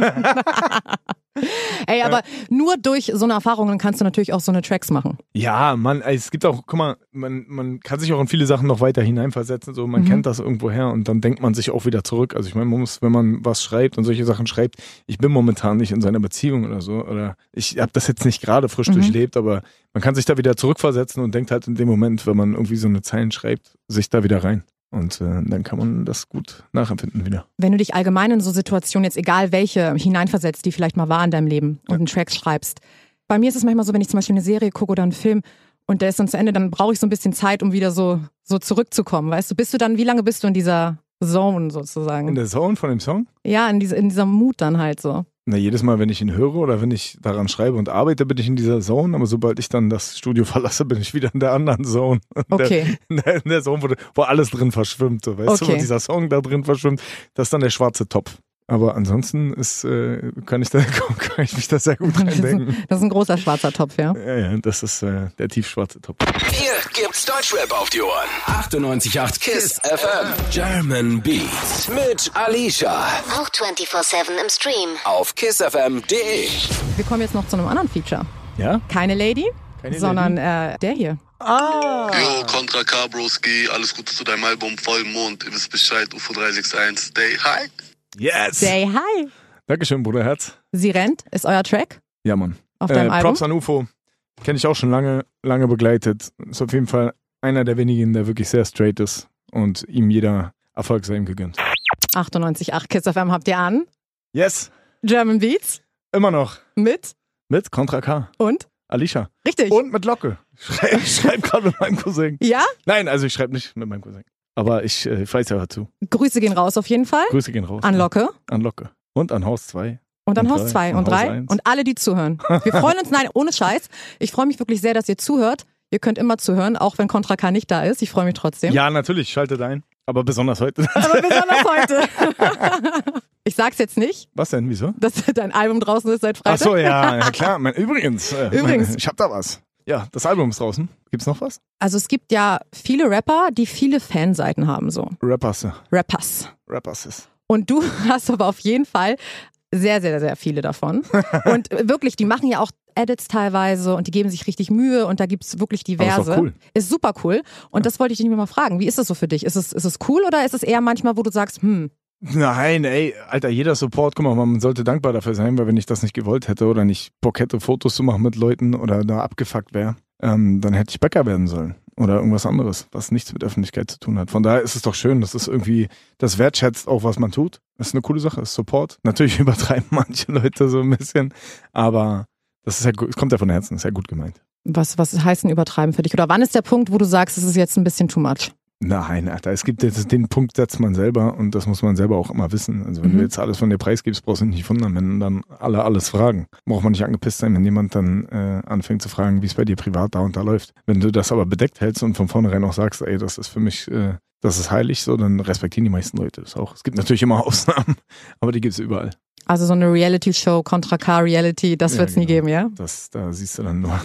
[SPEAKER 3] Ey, aber nur durch so eine Erfahrung kannst du natürlich auch so eine Tracks machen.
[SPEAKER 4] Ja, man, äh, es gibt auch, guck mal, man, man kann sich auch in viele Sachen noch weiter hineinversetzen. So, man kennt das irgendwoher und dann denkt man sich auch wieder zurück. Also ich meine, man muss, wenn man was schreibt und solche Sachen schreibt, ich bin momentan nicht in seiner Beziehung oder so. Oder ich habe das jetzt nicht gerade frisch durchlebt, aber man kann sich da wieder zurückversetzen und denkt halt in dem Moment, wenn man irgendwie so eine Zeilen schreibt, sich da wieder rein. Und äh, dann kann man das gut nachempfinden wieder.
[SPEAKER 3] Wenn du dich allgemein in so Situationen, jetzt egal welche, hineinversetzt, die vielleicht mal war in deinem Leben und einen Track schreibst. Bei mir ist es manchmal so, wenn ich zum Beispiel eine Serie gucke oder einen Film und der ist dann zu Ende, dann brauche ich so ein bisschen Zeit, um wieder so, so zurückzukommen, weißt du? Bist du dann, wie lange bist du in dieser Zone
[SPEAKER 4] In
[SPEAKER 3] sozusagen?
[SPEAKER 4] der Zone von dem Song?
[SPEAKER 3] Ja, in, diese, in dieser Mut dann halt so.
[SPEAKER 4] Na, jedes Mal, wenn ich ihn höre oder wenn ich daran schreibe und arbeite, bin ich in dieser Zone, aber sobald ich dann das Studio verlasse, bin ich wieder in der anderen Zone. In der-
[SPEAKER 3] Okay.
[SPEAKER 4] In der, in der Zone, wo, du- wo alles drin verschwimmt, so, weißt du,
[SPEAKER 3] Okay.
[SPEAKER 4] wo dieser Song da drin verschwimmt, das ist dann der schwarze Topf. Aber ansonsten ist, äh, kann, ich da, kann ich mich da sehr gut
[SPEAKER 3] Das ist,
[SPEAKER 4] reindenken.
[SPEAKER 3] ein, das ist ein großer schwarzer Topf, ja.
[SPEAKER 4] Ja, ja, das ist äh, der tiefschwarze Topf.
[SPEAKER 1] Hier gibt's Deutschrap auf die Ohren. 98.8 Kiss FM. German Beats mit Alicia
[SPEAKER 2] Auch 24-7 im Stream.
[SPEAKER 1] auf kissfm.de.
[SPEAKER 3] Wir kommen jetzt noch zu einem anderen Feature.
[SPEAKER 4] Ja?
[SPEAKER 3] Keine Lady,
[SPEAKER 4] Keine
[SPEAKER 3] sondern Äh, der hier.
[SPEAKER 5] Yo, Contra K, Broski, alles Gute zu deinem Album Vollmond. Ihr wisst Bescheid, UFO 361, stay high.
[SPEAKER 4] Yes!
[SPEAKER 3] Say hi.
[SPEAKER 4] Dankeschön, Bruder Herz.
[SPEAKER 3] Sie rennt, ist euer Track
[SPEAKER 4] Ja, Mann.
[SPEAKER 3] auf deinem
[SPEAKER 4] äh,
[SPEAKER 3] Album.
[SPEAKER 4] Props an UFO. Kenne ich auch schon lange, lange begleitet. Ist auf jeden Fall einer der wenigen, der wirklich sehr straight ist und ihm jeder Erfolg sei ihm gegönnt.
[SPEAKER 3] 98.8 Kiss FM habt ihr an.
[SPEAKER 4] Yes,
[SPEAKER 3] German Beats
[SPEAKER 4] immer noch.
[SPEAKER 3] mit
[SPEAKER 4] Mit Contra K,
[SPEAKER 3] und
[SPEAKER 4] Alicia.
[SPEAKER 3] richtig.
[SPEAKER 4] Und mit Locke. Schrei- Ich schreibe gerade mit meinem Cousin.
[SPEAKER 3] Ja,
[SPEAKER 4] Nein, also ich schreibe nicht mit meinem Cousin. Aber ich äh, weiß ja dazu.
[SPEAKER 3] Grüße gehen raus auf jeden Fall.
[SPEAKER 4] Grüße gehen raus.
[SPEAKER 3] An Locke
[SPEAKER 4] An Locke. Und an Haus 2.
[SPEAKER 3] und an
[SPEAKER 4] Und
[SPEAKER 3] Haus 2
[SPEAKER 4] drei.
[SPEAKER 3] und
[SPEAKER 4] Und Haus
[SPEAKER 3] 3
[SPEAKER 4] eins.
[SPEAKER 3] und alle, die zuhören. Wir freuen uns, nein, ohne Scheiß. Ich freue mich wirklich sehr, dass ihr zuhört. Ihr könnt immer zuhören, auch wenn Contra K nicht da ist. Ich freue mich trotzdem.
[SPEAKER 4] Ja, natürlich, schaltet ein. Aber besonders heute.
[SPEAKER 3] Aber besonders heute. ich sag's jetzt nicht,
[SPEAKER 4] Was denn? Wieso?
[SPEAKER 3] dass dein Album draußen ist seit
[SPEAKER 4] Ach
[SPEAKER 3] Freitag.
[SPEAKER 4] so, ja, ja klar. Mein, übrigens, äh,
[SPEAKER 3] Übrigens.
[SPEAKER 4] ich hab da was. Ja, das Album ist draußen. Gibt's noch was?
[SPEAKER 3] Also es gibt ja viele Rapper, die viele Fanseiten haben, so
[SPEAKER 4] Rappers. äh,
[SPEAKER 3] Rappers.
[SPEAKER 4] Rappers ist.
[SPEAKER 3] Und du hast aber auf jeden Fall sehr, sehr, sehr viele davon. Und wirklich, die machen ja auch Edits teilweise und die geben sich richtig Mühe und da gibt's wirklich
[SPEAKER 4] Aber ist doch
[SPEAKER 3] diverse.
[SPEAKER 4] cool.
[SPEAKER 3] Ist super cool. Und das wollte ich dich nur mal fragen. Wie ist das so für dich? Ist es, ist es cool oder ist es eher manchmal, wo du sagst, hm,
[SPEAKER 4] Nein, ey, Alter, jeder Support, guck mal, man sollte dankbar dafür sein, weil wenn ich das nicht gewollt hätte oder nicht Bock hätte, Fotos zu machen mit Leuten oder da abgefuckt wäre, ähm, dann hätte ich Bäcker werden sollen oder irgendwas anderes, was nichts mit Öffentlichkeit zu tun hat. Von daher ist es doch schön, dass es irgendwie das wertschätzt, auch was man tut. Das ist eine coole Sache, ist Support. Natürlich übertreiben manche Leute so ein bisschen, aber das ist ja gut, es kommt ja von Herzen, ist ja gut gemeint.
[SPEAKER 3] was, was heißt denn übertreiben für dich? Oder wann ist der Punkt, wo du sagst, es ist jetzt ein bisschen too much?
[SPEAKER 4] Nein, Alter, es gibt jetzt den Punkt, setzt man selber und das muss man selber auch immer wissen. Also wenn
[SPEAKER 3] Mhm.
[SPEAKER 4] du jetzt alles von dir preisgibst, brauchst du nicht wundern, wenn dann alle alles fragen. Braucht man nicht angepisst sein, wenn jemand dann äh, anfängt zu fragen, wie es bei dir privat da und da läuft. Wenn du das aber bedeckt hältst und von vornherein auch sagst, ey, das ist für mich, äh, das ist heilig, so, dann respektieren die meisten Leute das auch. Es gibt natürlich immer Ausnahmen, aber die gibt es überall.
[SPEAKER 3] Also so eine Reality-Show, Contra K-Reality, das
[SPEAKER 4] Ja,
[SPEAKER 3] wird's nie
[SPEAKER 4] genau.
[SPEAKER 3] geben, ja?
[SPEAKER 4] Das, da siehst du dann nur.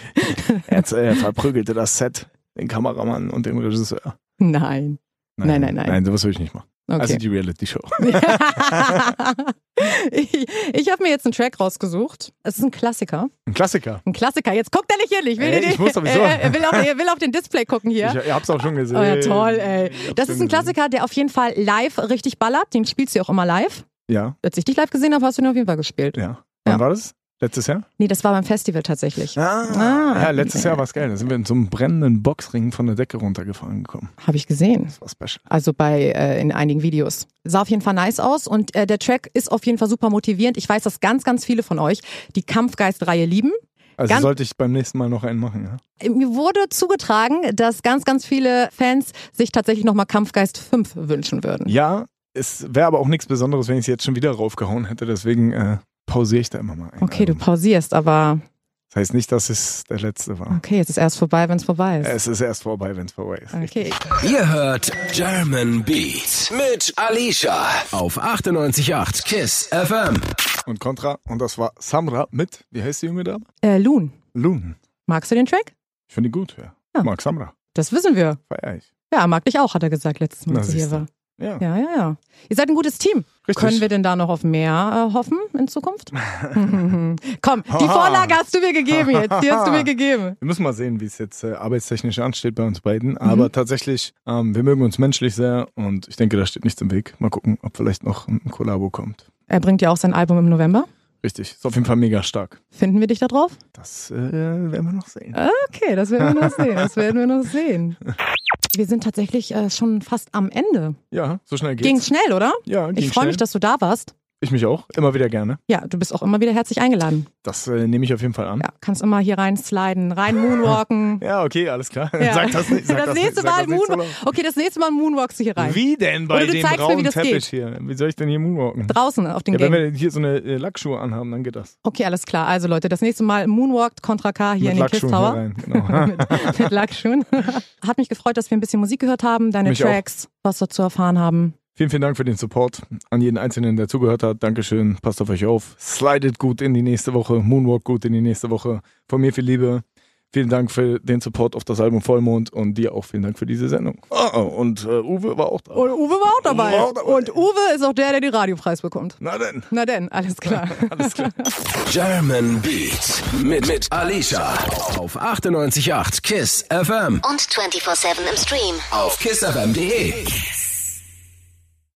[SPEAKER 4] Jetzt äh, verprügelte das Set, den Kameramann und den Regisseur.
[SPEAKER 3] Nein. Nein, nein, nein.
[SPEAKER 4] Nein, sowas will ich nicht machen.
[SPEAKER 3] Okay.
[SPEAKER 4] Also die Reality-Show.
[SPEAKER 3] ich ich habe mir jetzt einen Track rausgesucht. Es ist ein Klassiker.
[SPEAKER 4] Ein Klassiker.
[SPEAKER 3] Ein Klassiker. Jetzt guckt er nicht hier. Ich will,
[SPEAKER 4] Ey,
[SPEAKER 3] den,
[SPEAKER 4] ich muss sowieso.
[SPEAKER 3] Er, er, will auf, er will auf den Display gucken hier.
[SPEAKER 4] Ich, ich hab's auch schon gesehen.
[SPEAKER 3] Oh ja, toll, ey.
[SPEAKER 4] Ich hab's
[SPEAKER 3] Das
[SPEAKER 4] schon
[SPEAKER 3] ist ein
[SPEAKER 4] gesehen.
[SPEAKER 3] Klassiker, der auf jeden Fall live richtig ballert. Den spielst du ja auch immer live.
[SPEAKER 4] Ja,
[SPEAKER 3] Als ich dich live gesehen habe, hast du den auf jeden Fall gespielt.
[SPEAKER 4] ja. Wann
[SPEAKER 3] Ja.
[SPEAKER 4] war das? Letztes Jahr?
[SPEAKER 3] Nee, das war beim Festival tatsächlich. Ah.
[SPEAKER 4] ja, letztes Jahr war es geil. Da sind wir in so einem brennenden Boxring von der Decke runtergefahren gekommen.
[SPEAKER 3] Habe ich gesehen.
[SPEAKER 4] Das war special.
[SPEAKER 3] Also bei äh, in einigen Videos. Sah auf jeden Fall nice aus und äh, der Track ist auf jeden Fall super motivierend. Ich weiß, dass ganz, ganz viele von euch die Kampfgeist-Reihe lieben.
[SPEAKER 4] Also
[SPEAKER 3] Ganz-
[SPEAKER 4] sollte ich beim nächsten Mal noch einen machen, ja?
[SPEAKER 3] Mir wurde zugetragen, dass ganz, ganz viele Fans sich tatsächlich nochmal Kampfgeist 5 wünschen würden.
[SPEAKER 4] Ja, es wäre aber auch nichts Besonderes, wenn ich es jetzt schon wieder raufgehauen hätte. Deswegen äh, pausiere ich da immer mal ein.
[SPEAKER 3] Okay, du
[SPEAKER 4] Also,
[SPEAKER 3] pausierst, aber
[SPEAKER 4] Das heißt nicht, dass es der letzte war.
[SPEAKER 3] okay, es ist erst vorbei, wenn es vorbei ist.
[SPEAKER 4] Es ist erst vorbei, wenn es vorbei ist.
[SPEAKER 3] Okay.
[SPEAKER 1] Ihr hört German Beat mit Alicia auf 98.8 KISS FM.
[SPEAKER 4] Und Contra, und das war Samra mit, wie heißt die junge Dame?
[SPEAKER 3] Äh, Loon,
[SPEAKER 4] Loon.
[SPEAKER 3] magst du den Track?
[SPEAKER 4] Ich finde die gut, ja.
[SPEAKER 3] Ja.
[SPEAKER 4] Mag Samra.
[SPEAKER 3] Das wissen wir.
[SPEAKER 4] Feier ich.
[SPEAKER 3] Ja, mag dich auch, hat er gesagt letztes Mal,
[SPEAKER 4] Na,
[SPEAKER 3] als er hier
[SPEAKER 4] siehste.
[SPEAKER 3] war.
[SPEAKER 4] Ja,
[SPEAKER 3] Ja, ja, ja. Ihr seid ein gutes Team.
[SPEAKER 4] richtig.
[SPEAKER 3] Können wir denn da noch auf mehr äh, hoffen in Zukunft? Komm, die
[SPEAKER 4] Haha.
[SPEAKER 3] Vorlage hast du mir gegeben jetzt. Die hast du mir gegeben.
[SPEAKER 4] Wir müssen mal sehen, wie es jetzt äh, arbeitstechnisch ansteht bei uns
[SPEAKER 3] Mhm.
[SPEAKER 4] beiden. Aber tatsächlich, ähm, wir mögen uns menschlich sehr und ich denke, da steht nichts im Weg. Mal gucken, ob vielleicht noch ein Kollabo kommt.
[SPEAKER 3] Er bringt ja auch sein Album im November.
[SPEAKER 4] Richtig, ist auf jeden Fall mega stark.
[SPEAKER 3] Finden wir dich da drauf?
[SPEAKER 4] Das äh, werden wir noch sehen.
[SPEAKER 3] Okay, das werden wir noch sehen. Das werden wir noch sehen. Wir sind tatsächlich äh, schon fast am Ende.
[SPEAKER 4] Ja, so schnell geht's.
[SPEAKER 3] Ging's schnell, oder?
[SPEAKER 4] Ja, ging
[SPEAKER 3] Ich freue
[SPEAKER 4] schnell.
[SPEAKER 3] mich, dass du da warst.
[SPEAKER 4] Ich mich auch, immer wieder gerne.
[SPEAKER 3] Ja, du bist auch immer wieder herzlich eingeladen.
[SPEAKER 4] Das äh, nehme ich auf jeden Fall an.
[SPEAKER 3] Ja, kannst immer hier rein sliden, rein moonwalken.
[SPEAKER 4] Ja, okay, alles klar.
[SPEAKER 3] Ja.
[SPEAKER 4] Sag das nicht. Sag
[SPEAKER 3] das, nächste
[SPEAKER 4] nicht, sag
[SPEAKER 3] Mal
[SPEAKER 4] das nicht so
[SPEAKER 3] Moonwalk.
[SPEAKER 4] laut.
[SPEAKER 3] okay, das nächste Mal moonwalkst du hier rein.
[SPEAKER 4] Wie denn bei
[SPEAKER 3] Oder du
[SPEAKER 4] dem
[SPEAKER 3] zeigst mir, wie
[SPEAKER 4] rauen
[SPEAKER 3] das
[SPEAKER 4] Teppich
[SPEAKER 3] geht.
[SPEAKER 4] hier? Wie soll ich denn hier moonwalken?
[SPEAKER 3] Draußen auf dem
[SPEAKER 4] ja, wenn
[SPEAKER 3] Gang.
[SPEAKER 4] wir hier so eine äh, Lackschuhe anhaben, dann geht das.
[SPEAKER 3] Okay, alles klar. Also Leute, das nächste Mal moonwalkt Contra K hier
[SPEAKER 4] Mit
[SPEAKER 3] in den Kiss
[SPEAKER 4] Lackschuhen
[SPEAKER 3] Tower.
[SPEAKER 4] hier rein. Genau.
[SPEAKER 3] mit, mit Lackschuhen. Hat mich gefreut, dass wir ein bisschen Musik gehört haben, deine
[SPEAKER 4] Mich auch.
[SPEAKER 3] Tracks, was wir zu erfahren haben.
[SPEAKER 4] Vielen, vielen Dank für den Support an jeden Einzelnen, der zugehört hat. Dankeschön. Passt auf euch auf. Slidet gut in die nächste Woche. Moonwalk gut in die nächste Woche. Von mir viel Liebe. Vielen Dank für den Support auf das Album Vollmond und dir auch vielen Dank für diese Sendung. Oh, oh, und äh, Uwe war auch da.
[SPEAKER 3] Und Uwe war auch dabei.
[SPEAKER 4] Uwe war auch dabei.
[SPEAKER 3] Und Uwe ist auch der, der den Radiopreis bekommt.
[SPEAKER 4] Na denn.
[SPEAKER 3] Na denn, alles klar.
[SPEAKER 4] Alles klar.
[SPEAKER 1] German Beat mit, mit Alicia auf 98.8 KISS FM.
[SPEAKER 2] Und 24-7 im Stream.
[SPEAKER 1] Auf kissfm.de.